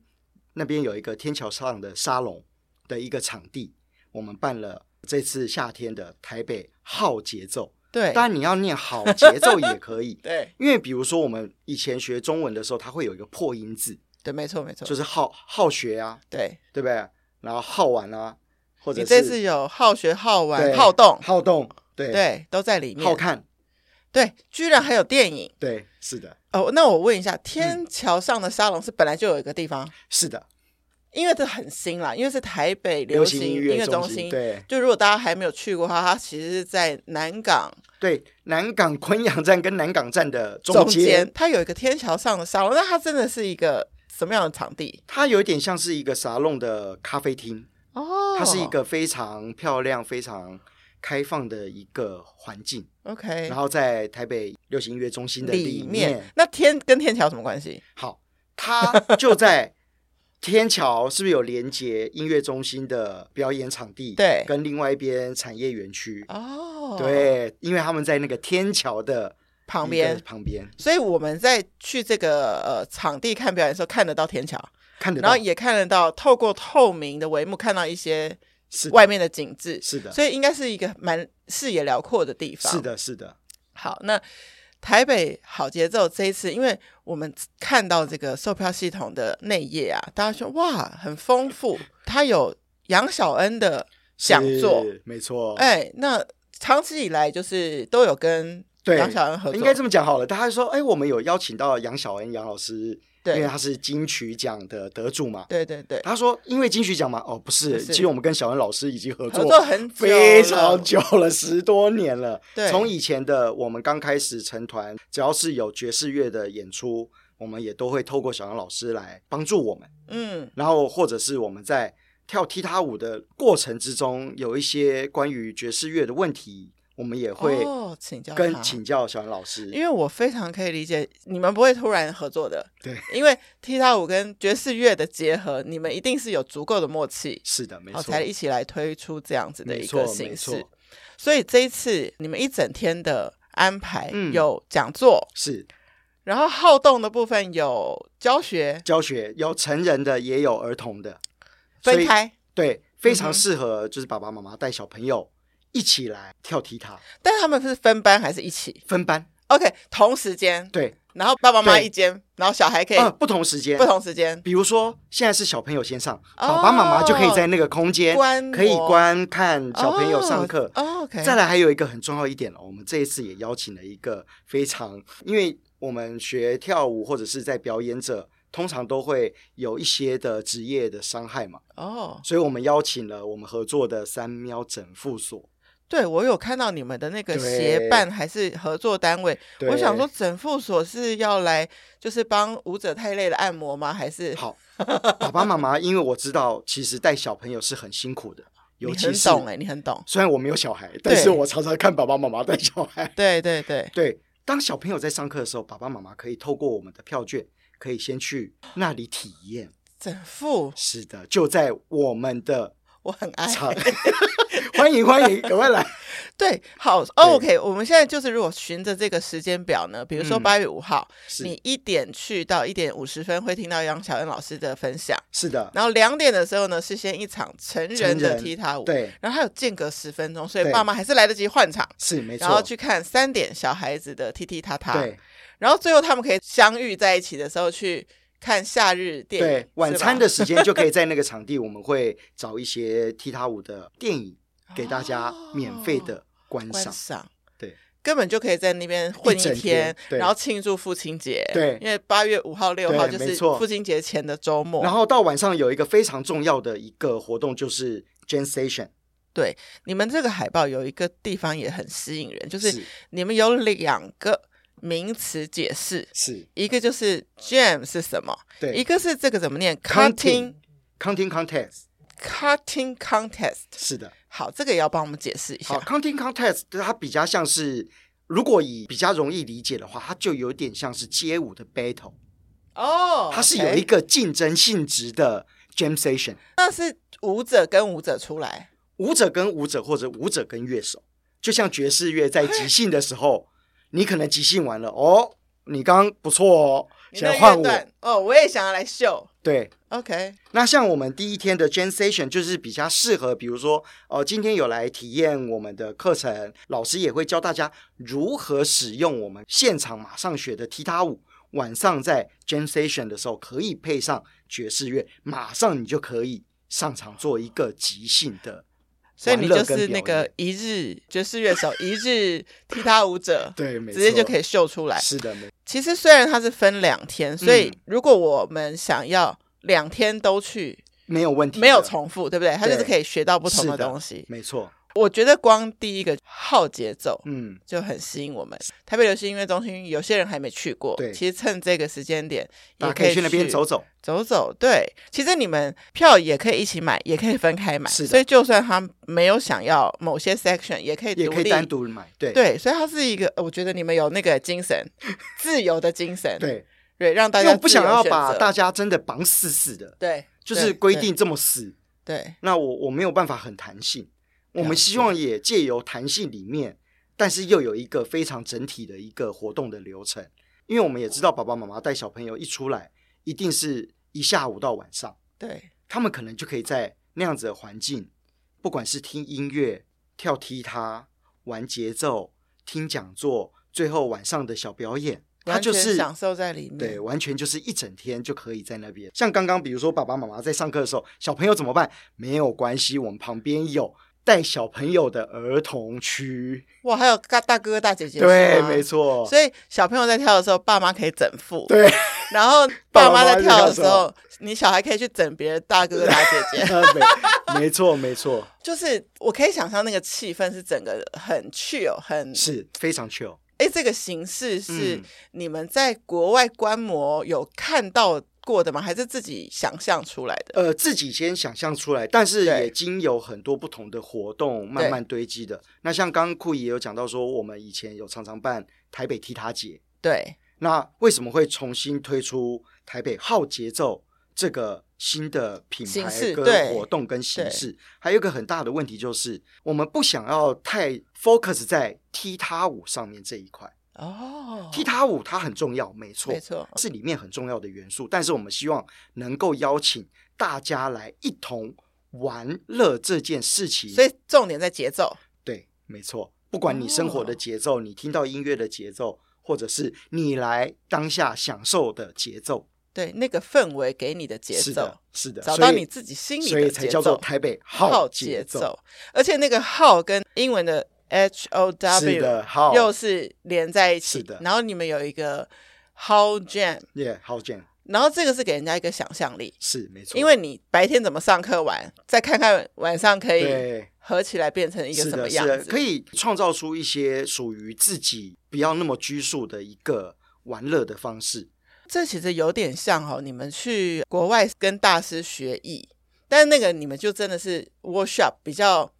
S2: 那边有一个天桥上的沙龙的一个场地，我们办了这次夏天的台北好节奏。
S1: 对，，
S2: 当然你要念好节奏也可以
S1: 对，
S2: 因为比如说我们以前学中文的时候，它会有一个破音字，
S1: 对，没错，没错，
S2: 就是好好学啊，
S1: 对。
S2: 对不对？然后好玩啊，或者
S1: 你
S2: 是
S1: 这次有好学、好玩、
S2: 对
S1: 好动，
S2: 好动，对
S1: 对，都在里面。
S2: 好看，
S1: 对，居然还有电影
S2: 对，是的，
S1: 哦。那我问一下，天桥上的沙龙是本来就有一个地方，
S2: 是的，
S1: 因为这很新啦，因为是台北流行
S2: 音
S1: 音
S2: 乐
S1: 中
S2: 心，对
S1: 就如果大家还没有去过的话，它其实是在南港
S2: 对，南港昆阳站跟南港站的
S1: 中
S2: 中间
S1: 间，，它有一个天桥上的沙龙。那它真的是一个什么样的场地？
S2: 它有点像是一个沙龙的咖啡厅，
S1: 哦，
S2: 它是一个非常漂亮、非常开放的一个环境。
S1: 哦 OK
S2: 然后在台北流行音乐中心的里面，
S1: 那天跟天桥有什么关系？
S2: 好，它就在天桥，是不是有连接音乐中心的表演场地？
S1: 对
S2: 跟另外一边产业园区。
S1: 哦，，
S2: 对，因为他们在那个天桥的
S1: 旁
S2: 一
S1: 边
S2: 个。旁边
S1: 所以我们在去这个呃场地看表演的时候，看得到天桥，
S2: 看得
S1: 然
S2: 到
S1: 后，也看得到透过透明的帷幕看到一些
S2: 是的
S1: 外面的景致，
S2: 是的，
S1: 所以应该是一个蛮视野辽阔的地方。
S2: 是，的，是的，
S1: 好，那台北好节奏这一次，因为我们看到这个售票系统的内页啊，大家说哇，很丰富，它有杨小恩的讲座，
S2: 是没错。
S1: 哎，那长期以来就是都有跟
S2: 对
S1: 杨小恩合作，
S2: 应该这么讲好了，大家说，哎，我们有邀请到杨小恩杨老师，因为
S1: 对
S2: 他是金曲奖的得主嘛。
S1: 对对对，
S2: 他说，因为金曲奖嘛，哦，不
S1: 不
S2: 是，
S1: 是
S2: 其实我们跟小恩老师已经合
S1: 合
S2: 作
S1: 作很久
S2: 非
S1: 了
S2: 常久了，十多年了。
S1: 对
S2: 从以前的我们刚开始成团，只要是有爵士乐的演出，我们也都会透过小杨老师来帮助我们。
S1: 嗯，
S2: 然后或者是我们在跳踢踏舞的过程之中，有一些关于爵士乐的问题，我们也会
S1: 哦请教
S2: 跟
S1: 他
S2: 请教小杨老师。
S1: 因为我非常可以理解你们不会突然合作的，
S2: 对，
S1: 因为踢踏舞跟爵士乐的结合，你们一定是有足够的默契，
S2: 是的，没
S1: 好
S2: 错，
S1: 才一起来推出这样子的
S2: 没
S1: 一个
S2: 错，
S1: 形
S2: 没
S1: 式
S2: 错。，
S1: 所以这一次你们一整天的安排
S2: 嗯
S1: 有讲座，
S2: 是
S1: 然后好动的部分有教学
S2: 教学有成人的，也有儿童的，所
S1: 分
S2: 以
S1: 开，
S2: 对，非常
S1: 嗯哼
S2: 适合就是爸爸妈妈带小朋友一起来跳踢踏
S1: 但是他们是分班还是一起
S2: 分班，
S1: ？OK，同时间，
S2: 对，
S1: 然后爸爸妈妈
S2: 对
S1: 一间，然后小孩可以
S2: 呃，不同时间，
S1: 不。同时间，
S2: 比如说，现在是小朋友先上，爸爸妈妈就可以在那个空间
S1: 观
S2: 可以
S1: 摩
S2: 观看小朋友上课。
S1: 哦哦，OK，
S2: 再来还有一个很重要一点哦了，我们这一次也邀请了一个非常，因为我们学跳舞或者是在表演者通常都会有一些的职业的伤害嘛，
S1: 哦，
S2: 所以我们邀请了我们合作的三喵整复所。
S1: 对我有看到你们的那个
S2: 对
S1: 协办还是合作单位，
S2: 对
S1: 我想说，整副所是要来就是帮舞者太累的按摩吗？还是
S2: 好，爸爸妈妈，因为我知道其实带小朋友是很辛苦的，尤
S1: 你
S2: 其
S1: 很
S2: 是
S1: 懂哎、你很懂。
S2: 虽然我没有小孩，但是
S1: 对
S2: 我常常看爸爸妈妈带小孩。
S1: 对对对，
S2: 对，当小朋友在上课的时候，爸爸妈妈可以透过我们的票券，可以先去那里体验。
S1: 整副
S2: 是的，就在我们的
S1: 我很爱。
S2: 场， 欢迎欢迎，赶快 来。
S1: 对，好、哦、，OK，我们现在就是如果循着这个时间表呢，比如说
S2: 嗯
S1: 八月五号，
S2: 是
S1: 你一点去到一点五十分会听到杨小恩老师的分享，
S2: 是的，
S1: 然后两点的时候呢是先一场成人
S2: 成
S1: 的
S2: 人
S1: 踢踏舞，
S2: 对，
S1: 然后还有间隔十分钟，所以
S2: 对
S1: 爸妈还是来得及换场。
S2: 是没
S1: 然后
S2: 错，
S1: 去看三点小孩子的踢踢踏踏，
S2: 对
S1: 然后最后他们可以相遇在一起的时候去看夏日电影，是
S2: 对
S1: 吧，
S2: 晚餐的时间就可以在那个场地，我们会找一些踢踏舞的电影给大家免费的观
S1: 哦观
S2: 赏。
S1: 赏，
S2: 对，
S1: 根本就可以在那边混
S2: 一
S1: 一
S2: 整天对
S1: 然后庆祝父亲节，
S2: 对
S1: 因为八月五号、六号
S2: 对
S1: 就
S2: 没
S1: 是
S2: 错
S1: 父亲节前的周末，
S2: 然后到晚上有一个非常重要的一个活动，就是 Gen Station，
S1: 对你们这个海报有一个地方也很吸引人，就是
S2: 是
S1: 你们有两个名词解释，
S2: 是
S1: 一个就是 jam 是什么，
S2: 对
S1: 一个是这个怎么念
S2: Cutting Counting Contest，
S1: cutting contest。
S2: 是的。
S1: 好，这个也要帮我们解释一下
S2: 好。，Counting Contest 它比较像是，如果以比较容易理解的话，它就有点像是街舞的 battle，
S1: 哦
S2: 它是有一，个竞争性质的 Jam Station，
S1: 那是舞者跟舞者出来，
S2: 舞者跟舞者或者舞者跟乐手，就像爵士乐在即兴的时候，你可能即兴完了哦，你刚刚不错哦，
S1: 你
S2: 想
S1: 那
S2: 换
S1: 乐
S2: 我，
S1: 段哦，我也想要来秀。
S2: 对，
S1: OK，
S2: 那像我们第一天的 Gen Station 就是比较适合，比如说，呃，今天有来体验我们的课程，老师也会教大家如何使用我们现场马上学的踢踏舞。晚上在 Gen Station 的时候，可以配上爵士乐，马上你就可以上场做一个即兴的
S1: 所以
S2: 玩
S1: 你
S2: 乐
S1: 就
S2: 跟表演。
S1: 是那个一日爵士乐手，一日 踢踏舞者，
S2: 对，没
S1: 直接就可
S2: 以
S1: 以秀出来。
S2: 是的，没
S1: 其实虽然它是分两天，所以
S2: 嗯
S1: 如果我们想要两天都去，
S2: 没有问题的，
S1: 没有重复，对不对？它就是
S2: 对
S1: 可以学到不同
S2: 是的
S1: 东西。
S2: 没错，
S1: 我觉得光第一个好节奏，
S2: 嗯，
S1: 就很吸引我们。台北流行音乐中心有些人还没去过，
S2: 对
S1: 其实趁这个时间点
S2: 大
S1: 也
S2: 家可以
S1: 去
S2: 去那边走走，
S1: 走走。对，其实你们票也可以一起买，也可以分开买，
S2: 是的
S1: 所以就算他没有想要某些 section，也可以
S2: 也
S1: 独
S2: 可以
S1: 立。
S2: 单独买，对
S1: 对，所以它是一个，呃我觉得你们有那个精神， 自由的精神，
S2: 对，
S1: 对，让大
S2: 因为
S1: 家
S2: 我不想
S1: 自由
S2: 要
S1: 选
S2: 把
S1: 择
S2: 大家真的绑死死的，
S1: 对，
S2: 就是
S1: 对
S2: 规定这么死，
S1: 对对
S2: 那我我没有办法很弹性。我
S1: 了
S2: 们
S1: 解
S2: 希望也借由弹性里面，但是又有一个非常整体的一个活动的流程，因为我们也知道爸爸妈妈带小朋友一出来，一定是一下午到晚上，
S1: 对
S2: 他们可能就可以在那样子的环境，不管是听音乐、跳踢踏、玩节奏、听讲座，最后晚上的小表演，他
S1: 完
S2: 就
S1: 全
S2: 是
S1: 享受在里面
S2: 对，完全就是一整天就可以在那边。像刚刚，比如说爸爸妈妈在上课的时候，小朋友怎么办？没有关系，我们旁边有带小朋友的儿童区。
S1: 哇，还有大大哥哥大姐姐，
S2: 对
S1: 是，吗
S2: 没。错。
S1: 所以小朋友在跳的时候，爸妈可以整副，
S2: 对，
S1: 然后爸
S2: 爸爸
S1: 妈
S2: 妈
S1: 在
S2: 在
S1: 跳的
S2: 跳
S1: 时
S2: 的时
S1: 候，你小孩可以去整别的大哥哥大姐姐，
S2: 呃没没错，没错，
S1: 就是我可以想象那个气氛是整个很 chill，很
S2: 是非常 chill。
S1: 哎，这个形式是
S2: 嗯
S1: 你们在国外观摩有看到过的吗？还是自己想象出来的？
S2: 呃，自己先想象出来，但是
S1: 对
S2: 也经有很多不同的活动慢慢堆积的。那像刚刚库也有讲到说，我们以前有常常办台北踢踏节，
S1: 对，
S2: 那为什么会重新推出台北好节奏这个新的品
S1: 形
S2: 牌
S1: 式
S2: 跟
S1: 对
S2: 活动跟形
S1: 对
S2: 式？还有一个很大的问题就是，我们不想要太 focus 在踢踏舞上面这一块。
S1: 哦，
S2: 踢踏舞它很重要，没错，
S1: 没错，
S2: 是里面很重要的元素。但是我们希望能够邀请大家来一同玩乐这件事情。
S1: 所以重点在节奏，
S2: 对，没错，不管你生活的
S1: 哦
S2: 节奏，你听到音乐的节奏，或者是你来当下享受的节奏，
S1: 对那个氛围给你的节
S2: 是
S1: 奏
S2: 的，，是的，
S1: 找
S2: 所
S1: 到
S2: 以
S1: 你自己心里
S2: 所以
S1: 的
S2: 才
S1: 节
S2: 叫做
S1: 奏。
S2: 台北
S1: 号
S2: 好
S1: 节
S2: 奏。
S1: 奏，而且那个号跟英文的 H O
S2: 是
S1: W
S2: 的，好，
S1: 又是连在一起
S2: 是的
S1: 然后你们有一个 How Jam，
S2: 耶，好 jam，
S1: 然后这个是给人家一个想象力，
S2: 是没错，
S1: 因为你白天怎么上课玩，再看看晚上可以
S2: 对。
S1: 合起来变成一个
S2: 是
S1: 什么
S2: 的，
S1: 样
S2: 是
S1: 子，
S2: 的，可以创造出一些属于自己不要那么拘束的一个玩乐的方式。
S1: 这其实有点像哦，你们去国外跟大师学艺，但那个你们就真的是 workshop 比较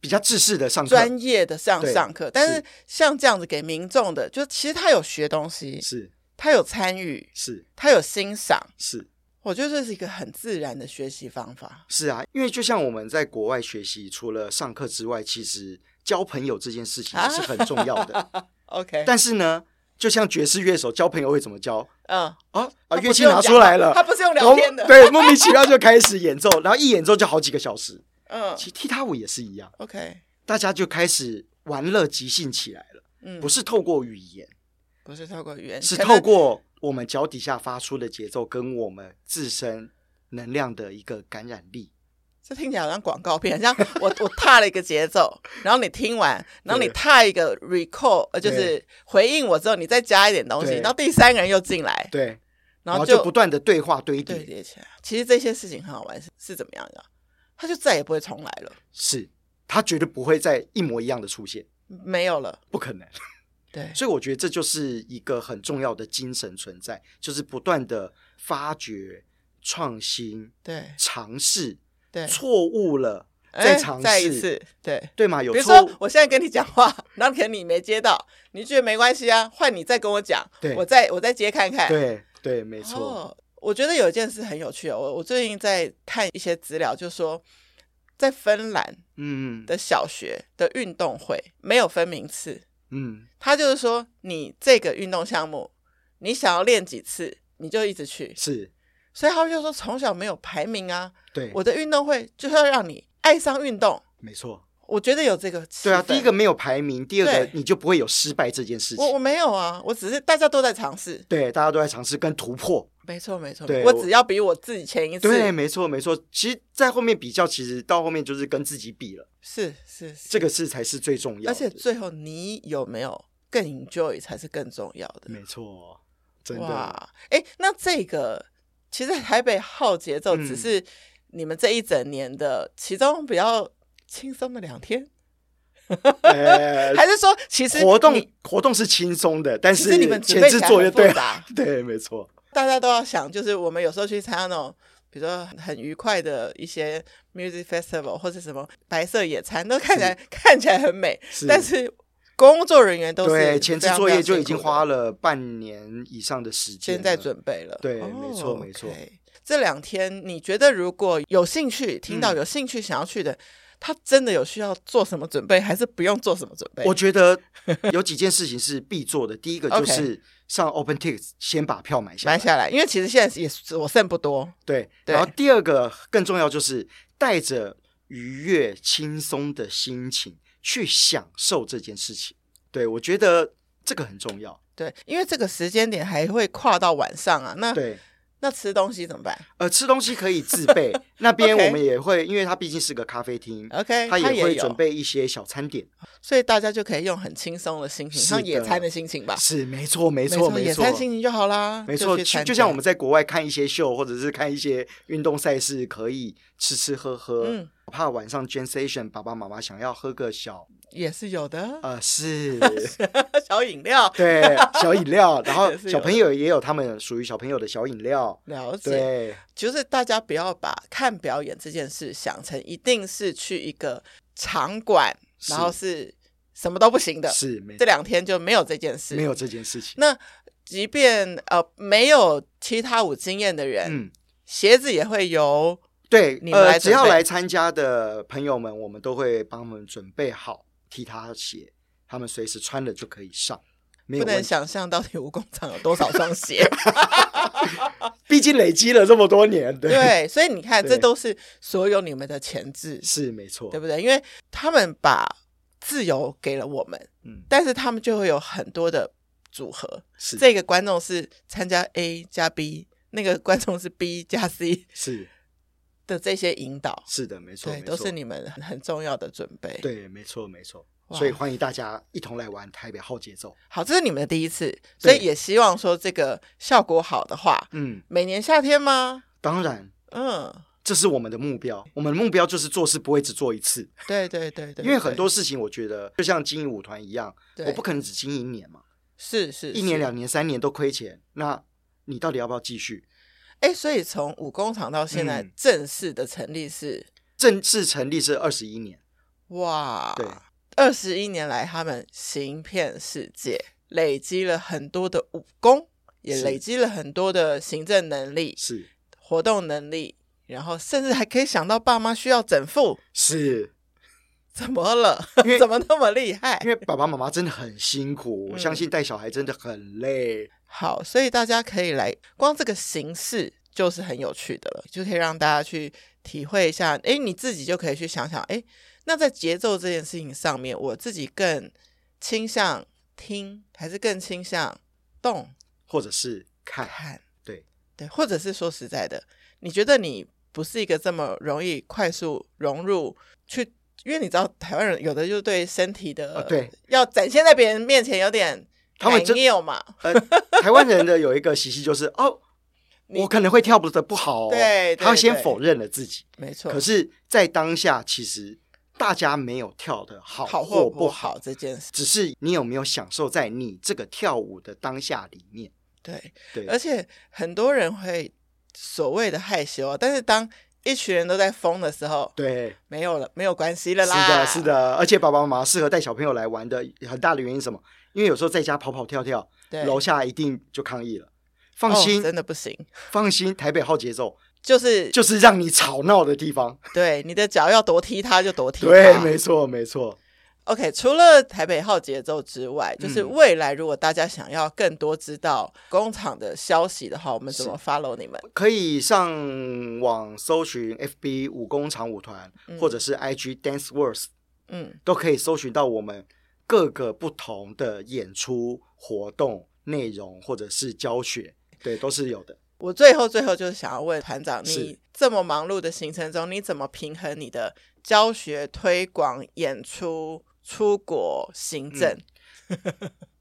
S2: 比较制式的上课
S1: 专业的上
S2: 对
S1: 上课，但
S2: 是
S1: 是像这样子给民众的，就其实他有学东西，
S2: 是
S1: 他有参与，
S2: 是
S1: 他有欣赏，
S2: 是
S1: 我觉得这是一个很自然的学习方法。
S2: 是啊，因为就像我们在国外学习，除了上课之外，其实交朋友这件事情
S1: 啊
S2: 是很重要的。
S1: OK，
S2: 但是呢，就像爵士乐手交朋友会怎么交
S1: 嗯，
S2: 啊？
S1: 他不
S2: 啊，
S1: 是
S2: 乐器
S1: 用
S2: 拿
S1: 讲
S2: 出来
S1: 话
S2: 了，
S1: 他不是用聊天的，
S2: 然后对，莫名其妙就开始演奏，然后一演奏就好几个小时。
S1: 嗯
S2: 其实踢踏舞也是一样，
S1: ，OK，
S2: 大家就开始玩乐即兴起来了，
S1: 嗯，
S2: 不是透过语言，
S1: 不是透过语言，
S2: 是
S1: 可
S2: 透
S1: 能
S2: 过我们脚底下发出的节奏跟我们自身能量的一个感染力。
S1: 这听起来好像广告片，很像我我踏了一个节奏， 然后你听完，然后你踏一个 recall，呃，就是回应我之后，你再加一点东西，
S2: 对
S1: 然后第三个人又进来，
S2: 对，
S1: 然后
S2: 就不断的对话堆
S1: 对
S2: 叠，
S1: 叠起来。其实这些事情很好玩，是是怎么样的？他就再也不会重来了，
S2: 是它绝对不会再一模一样的出现，
S1: 没有了。
S2: 不可能。
S1: 对，
S2: 所以我觉得这就是一个很重要的精神存在，就是不断的发掘、创新、
S1: 对，
S2: 尝试，
S1: 对，
S2: 错误了
S1: 哎
S2: 再尝
S1: 再一
S2: 试，
S1: 次，对。
S2: 对吗？有
S1: 比如
S2: 错
S1: 说
S2: 误，，
S1: 我现在跟你讲话，然后可能你没接到，你觉得没关系啊，换你再跟我讲
S2: 对，
S1: 我再我再接看看。
S2: 对对，没错，
S1: 哦。我觉得有一件事很有趣哦，我我最近在看一些资料，就说在芬兰
S2: 嗯
S1: 的小学的运动会没有分名次，
S2: 嗯，
S1: 它就是说你这个运动项目，你想要练几次你就一直去，
S2: 是
S1: 所以他们就说从小没有排名啊，
S2: 对，
S1: 我的运动会就是要让你爱上运动，
S2: 没错，
S1: 我觉得有这个气
S2: 对啊，
S1: 氛
S2: 第一个没有排名，第二个
S1: 对
S2: 你就不会有失败这件事
S1: 我我
S2: 情。
S1: 没有啊，我只是大家都在尝试，
S2: 对，大家都在尝试跟突破。
S1: 没错没错，
S2: 对
S1: 我
S2: 我
S1: 只要比我自己前一次，
S2: 对，没错，没错。其实，在后面比较，其实到后面就是跟自己比了，
S1: 是是是
S2: 这个是才是最重要的。
S1: 而且最后你有没有更 enjoy 才是更重要的。
S2: 没错，真的
S1: 哇，哎，那这个其实台北好节奏
S2: 嗯
S1: 只是你们这一整年的其中比较轻松的两天，
S2: 呃
S1: 还是说 其实
S2: 活动
S1: 你
S2: 活动是轻松的，但
S1: 其
S2: 是
S1: 实你们准
S2: 前
S1: 备
S2: 置
S1: 起来
S2: 作业
S1: 很
S2: 对
S1: 复
S2: 啊
S1: 杂，
S2: 对， 没错，
S1: 大家都要想，就是我们有时候去参加那种。比如说很愉快的一些 music festival 或者什么白色野餐，都看起来看起来很美，
S2: 是
S1: 但是工作人员都是
S2: 对前置作业就已经
S1: 了。
S2: 花了半年以上的时间
S1: 现
S2: 了，
S1: 在准备了。
S2: 对
S1: 哦
S2: 没错没错
S1: OK 这两天你觉得如果有兴趣，听到
S2: 嗯
S1: 有兴趣想要去的，他真的有需要做什么准备，还是不用做什么准备？
S2: 我觉得有几件事情是必做的，第一个就
S1: OK
S2: 是上 OpenTix 先把票买下来，
S1: 买下来，因为其实现在也是我剩不多。
S2: 对，
S1: 对
S2: 然后第二个更重要就是带着愉悦、轻松的心情去享受这件事情。对我觉得这个很重要。
S1: 对，因为这个时间点还会跨到晚上啊，那
S2: 对，
S1: 那吃东西怎么办
S2: 呃，吃东西可以自备，那 边
S1: OK
S2: 我们也会，因为它毕竟是个咖啡厅。
S1: ？OK，
S2: 它
S1: 他
S2: 也会
S1: 有
S2: 准，备一些小餐点，
S1: 所以大家就可以用很轻松的心情，
S2: 是
S1: 像野
S2: 的
S1: 餐的心情吧，
S2: 是没错，没
S1: 没
S2: 错，没
S1: 野
S2: 错，
S1: 餐心情就好啦，
S2: 没错。
S1: 去
S2: 去
S1: 参
S2: 就
S1: 加
S2: 像我们在国外看一些秀，或者是看一些运动赛事，可以吃吃喝喝。
S1: 嗯
S2: 怕晚上 Gen Station 爸爸妈妈想要喝个小
S1: 也是有的，
S2: 呃是
S1: 小饮料
S2: 对，小饮料，然后
S1: 也是有
S2: 小朋友也有他们属于小朋友的小饮料，
S1: 了解。
S2: 对，
S1: 就是大家不要把看表演这件事想成一定是去一个场馆，
S2: 是
S1: 然后是什么都不行的。
S2: 是没
S1: 这两天就没有这件事。
S2: 没。有这件事情，
S1: 那即便呃没有踢踏舞经验的人，
S2: 嗯，鞋
S1: 鞋子也会有。
S2: 对
S1: 你，们来
S2: 呃，
S1: 准
S2: 只要
S1: 备
S2: 来参加的朋友们，我们都会帮他们准备好踢踏鞋，他们随时穿了就可以上，没
S1: 不
S2: 有
S1: 能
S2: 问题，
S1: 想象到底武工厂有多少双鞋，
S2: 毕竟累积了这么多年， 对，
S1: 对，所以你看，
S2: 对
S1: 这都是所有你们的前置，
S2: 是没错
S1: 对，不对？因为他们把自由给了我们，
S2: 嗯，
S1: 但是他们就会有很多的组合，
S2: 是
S1: 这个观众是参加 A 加 B，那个观众是 B 加 C
S2: 是
S1: 的这些引导，
S2: 是的，没错，
S1: 对，
S2: 没
S1: 都
S2: 错
S1: 是你们很很重要的准备。
S2: 对，没错没错，
S1: 哇
S2: 所以欢迎大家一同来玩台北好节奏。
S1: 好，这是你们的第一次，所以
S2: 对
S1: 也希望说这个效果好的话，
S2: 嗯，
S1: 每年夏天吗？
S2: 当然
S1: 嗯，
S2: 这是我们的目标，我们的目标就是做事不会只做一次，
S1: 对对对对，
S2: 因为很
S1: 对
S2: 多事情我觉得就像经营舞团一样，
S1: 对
S2: 我不可能只经营一年嘛，
S1: 是是
S2: 一年
S1: 是
S2: 两年三年都亏钱，那你到底要不要继续？
S1: 哎，所以从五工厂到现在
S2: 嗯
S1: 正式的成立是、
S2: 正式成立是二十一年，
S1: 哇，
S2: 对，
S1: 二十一年来他们行骗世界，累积了很多的武功，也
S2: 是
S1: 累积了很多的行政能力、
S2: 是
S1: 活动能力，然后甚至还可以想到爸妈需要整副，
S2: 是，
S1: 怎么了
S2: 因？为
S1: 怎么那么厉害
S2: 因？为爸爸妈妈真的很辛苦，我
S1: 嗯
S2: 相信带小孩真的很累，
S1: 好，所以大家可以来，光这个形式就是很有趣的了，就可以让大家去体会一下。诶，你自己就可以去想想，诶，那在节奏这件事情上面，我自己更倾向听，还是更倾向动
S2: 或者是 看，
S1: 看？
S2: 对
S1: 对，或者是说实在的，你觉得你不是一个这么容易快速融入去。因为你知道台湾人有的就对身体的、
S2: 啊对
S1: 要展现在别人面前有点
S2: 他们真
S1: 没有嘛，
S2: 呃，台湾人的有一个习性就是哦，
S1: 你
S2: 我可能会跳不得不好、哦，
S1: 对对
S2: 他先
S1: 对
S2: 否认了自己，
S1: 没错。
S2: 可是，在当下其实大家没有跳的好
S1: 好
S2: 或
S1: 或
S2: 不
S1: 不
S2: 好
S1: 好，这件事。
S2: 只是你有没有享受在你这个跳舞的当下里面？
S1: 对，
S2: 对，
S1: 而且很多人会所谓的害羞啊，但是当一群人都在疯的时候，
S2: 对，
S1: 没有了，没有关系了
S2: 是
S1: 啦。
S2: 的，是，的。而且爸爸妈妈适合带小朋友来玩的很大的原因是什么？因为有时候在家跑跑跳跳，
S1: 对，
S2: 楼下一定就抗议了。放心，
S1: 哦真的不行，
S2: 放心，台北好节奏
S1: 就是
S2: 就是让你吵闹的 地方。
S1: 对你的脚要多踢它就多踢它。
S2: 对，没错，没错，
S1: OK，除了台北号节奏之外，就是
S2: 嗯
S1: 未来如果大家想要更多知道工厂的消息的话，我们怎
S2: 是
S1: 么 follow 你们？
S2: 可以上网搜寻 FB 武工厂舞团，
S1: 嗯
S2: 或者是 IG Dance Wars
S1: 嗯，
S2: 都可以搜寻到我们各个不同的演出活动内容，或者是教学，对，都是有的。
S1: 我最后最后就是想要问团长，
S2: 是
S1: 你这么忙碌的行程中，你怎么平衡你的教学、推广、演出、出国、行政？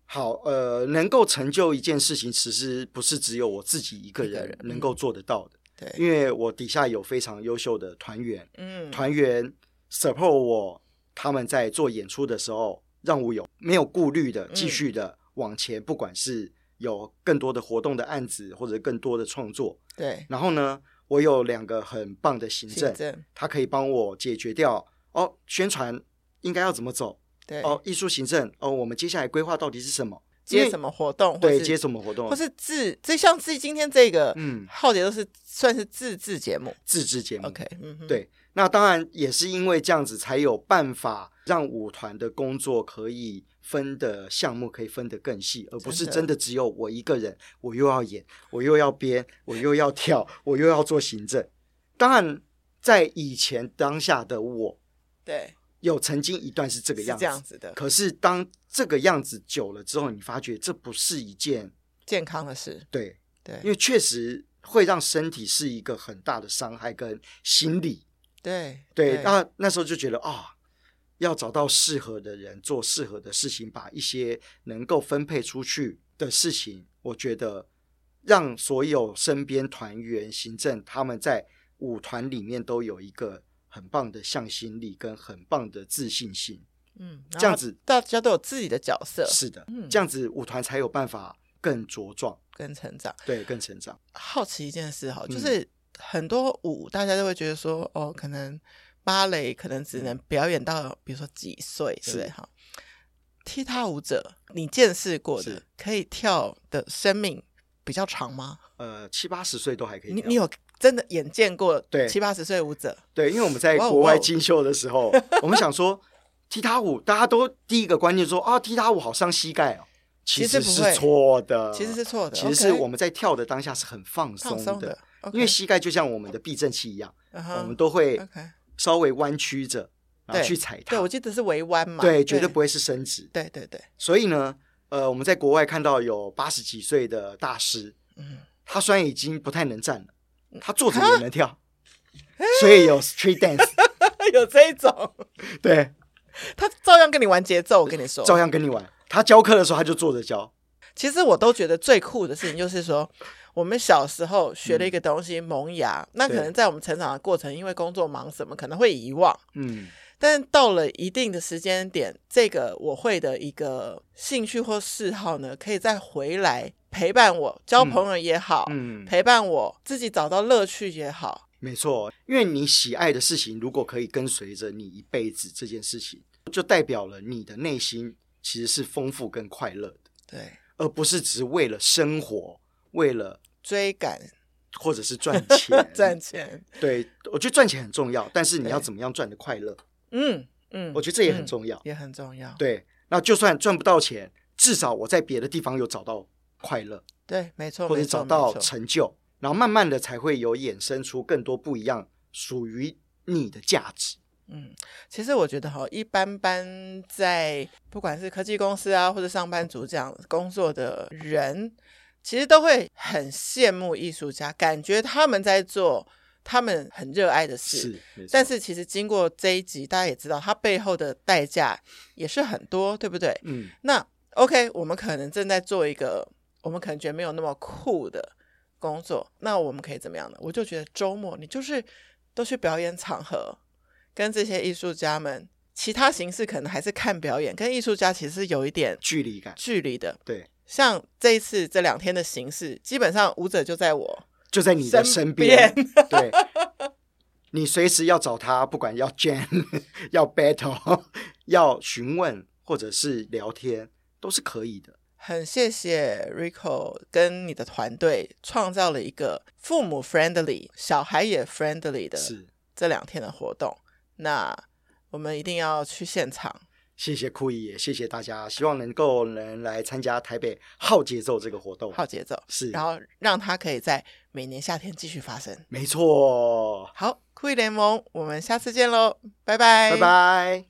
S2: 好，呃，能够成就一件事情，其实不是只有我自己一个
S1: 一个
S2: 人
S1: 人嗯
S2: 能够做得到的，
S1: 对，
S2: 因为我底下有非常优秀的团员，
S1: 嗯，
S2: 团员 support 我，他们在做演出的时候，让我有没有顾
S1: 嗯
S2: 虑的继续的往前，不管是有更多的活动的案子，或者更多的创作，
S1: 对，
S2: 然后呢，我有两个很棒的行政
S1: 行，政，
S2: 他可以帮我解决掉哦，宣传应该要怎么走
S1: 对，
S2: 哦，艺术行政哦，我们接下来规划到底是什么？因
S1: 接
S2: 为
S1: 什么活动，或
S2: 对，
S1: 是
S2: 接什么活动
S1: 或？是自这像自今天这个，
S2: 嗯，
S1: 浩杰都是算是自制节目
S2: 自制节目。
S1: ，OK，嗯哼，
S2: 对那当然也是因为这样子，才有办法让舞团的工作可以分的项目可以分得更细，而不是
S1: 真的
S2: 真的只有我一个人，我又要演，我又要编，我又要跳，我又要做行政。当然，在以前当下的我，
S1: 对，
S2: 有曾经一段是这
S1: 这
S2: 个样
S1: 这样
S2: 子。
S1: 子的
S2: 可是当这个样子久了之后，你发觉这不是一件
S1: 健康的事，
S2: 对
S1: 对，
S2: 因为确实会让身体是一个很大的伤害跟心理。
S1: 对
S2: 对，那那时候就觉得啊、要找到适合的人做适合的事情，把一些能够分配出去的事情，我觉得让所有身边团员、行政他们在舞团里面都有一个很棒的向心力跟很棒的自信心。
S1: 嗯，
S2: 这
S1: 然后
S2: 样子
S1: 大家都有自己的角色
S2: 是的，
S1: 嗯
S2: 这样子舞团才有办法更茁壮，
S1: 跟成长。
S2: 对，更成长。
S1: 好奇一件事哈，就
S2: 嗯
S1: 是很多舞大家都会觉得说，哦，可能芭蕾可能只能表演到比如说几岁，对不对？
S2: 是
S1: 哈，踢踏舞者，你见识过的
S2: 是
S1: 可以跳的生命比较长吗？
S2: 呃，七八十岁都还可以
S1: 你
S2: 跳。
S1: 你有真的眼见过
S2: 对
S1: 七八十岁舞者？
S2: 对，因为我们在
S1: 哇哦
S2: 国
S1: 哇
S2: 外
S1: 哦
S2: 进修的时候，我们想说踢踏舞，大家都第一个观念说啊，踢踏舞好伤膝盖哦，
S1: 其实
S2: 实
S1: 不
S2: 是
S1: 会
S2: 错的，
S1: 其实是错的
S2: 呃其实是
S1: OK
S2: 我们在跳的当下是很放
S1: 放
S2: 松
S1: 松
S2: 的
S1: 的，，OK，
S2: 因为膝盖就像我们的避震器一样，
S1: 嗯
S2: 我们
S1: 哼
S2: 都会
S1: OK
S2: 稍微弯曲着，然
S1: 对
S2: 后去踩它，
S1: 对我记得是围弯嘛，
S2: 对，绝对不会是伸直。
S1: 对对对，
S2: 所以呢，呃，我们在国外看到有八十几岁的大师，
S1: 嗯，
S2: 他虽然已经不太能站了，他坐着也 能跳，所以有 street dance，
S1: 有这一种，
S2: 对。
S1: 他照样跟你玩节奏。我跟你说，
S2: 照样跟你玩。他教课的时候，他就坐着教。
S1: 其实我都觉得最酷的事情就是说，我们小时候学了一个东西萌芽，那可
S2: 对
S1: 能在我们成长的过程，因为工作忙什么，可能会遗忘。
S2: 嗯，
S1: 但到了一定的时间点，这个我会的一个兴趣或嗜好呢，可以再回来陪伴我，交朋友也好，
S2: 嗯，
S1: 陪伴我自己找到乐趣也好。
S2: 没错，因为你喜爱的事情，如果可以跟随着你一辈子，这件事情就代表了你的内心其实是丰富跟快乐的，
S1: 对，
S2: 而不是只为了生活，为了
S1: 追赶
S2: 或者是赚 钱。
S1: 赚钱，
S2: 对，我觉得赚钱很重要，但是你要
S1: 对
S2: 怎么样赚的快乐，
S1: 嗯嗯，
S2: 我觉得这也很
S1: 嗯
S2: 重要。
S1: 也很重要。
S2: 对，那就算赚不到钱，至少我在别的地方有找到快乐，
S1: 对，没错，
S2: 或者
S1: 没错
S2: 找到
S1: 没错
S2: 成就，然后慢慢的才会有衍生出更多不一样属于你的价值。
S1: 嗯，其实我觉得哈，一般般在不管是科技公司啊，或者上班族这样工作的人，其实都会很羡慕艺术家，感觉他们在做他们很热爱的事。
S2: 是，没错
S1: 但是其实经过这一集，大家也知道，它背后的代价也是很多，对不对？
S2: 嗯，
S1: 那 OK，我们可能正在做一个我们可能觉得没有那么酷的工作，那我们可以怎么样呢？我就觉得周末你就是都去表演场合，跟这些艺术家们，其他形式可能还是看表演，跟艺术家其实是有一点
S2: 距离感，
S1: 距离的。
S2: 对，
S1: 像这一次这两天的形式，基本上舞者就在我
S2: 就在你的
S1: 身
S2: 身边， 对。你随时要找他，不管要 jam、要 battle、要询问或者是聊天，都是可以的。
S1: 很谢谢 Rico 跟你的团队创造了一个父母 friendly、小孩也 friendly 的
S2: 是，
S1: 这两天的活动。那我们一定要去现场。
S2: 谢谢酷爷，也谢谢大家，希望能够能来参加台北好节奏这个活动。
S1: 好节奏，
S2: 是，
S1: 然后让它可以在每年夏天继续发生。
S2: 没错，
S1: 好，酷艺联盟，我们下次见喽，拜拜，
S2: 拜拜。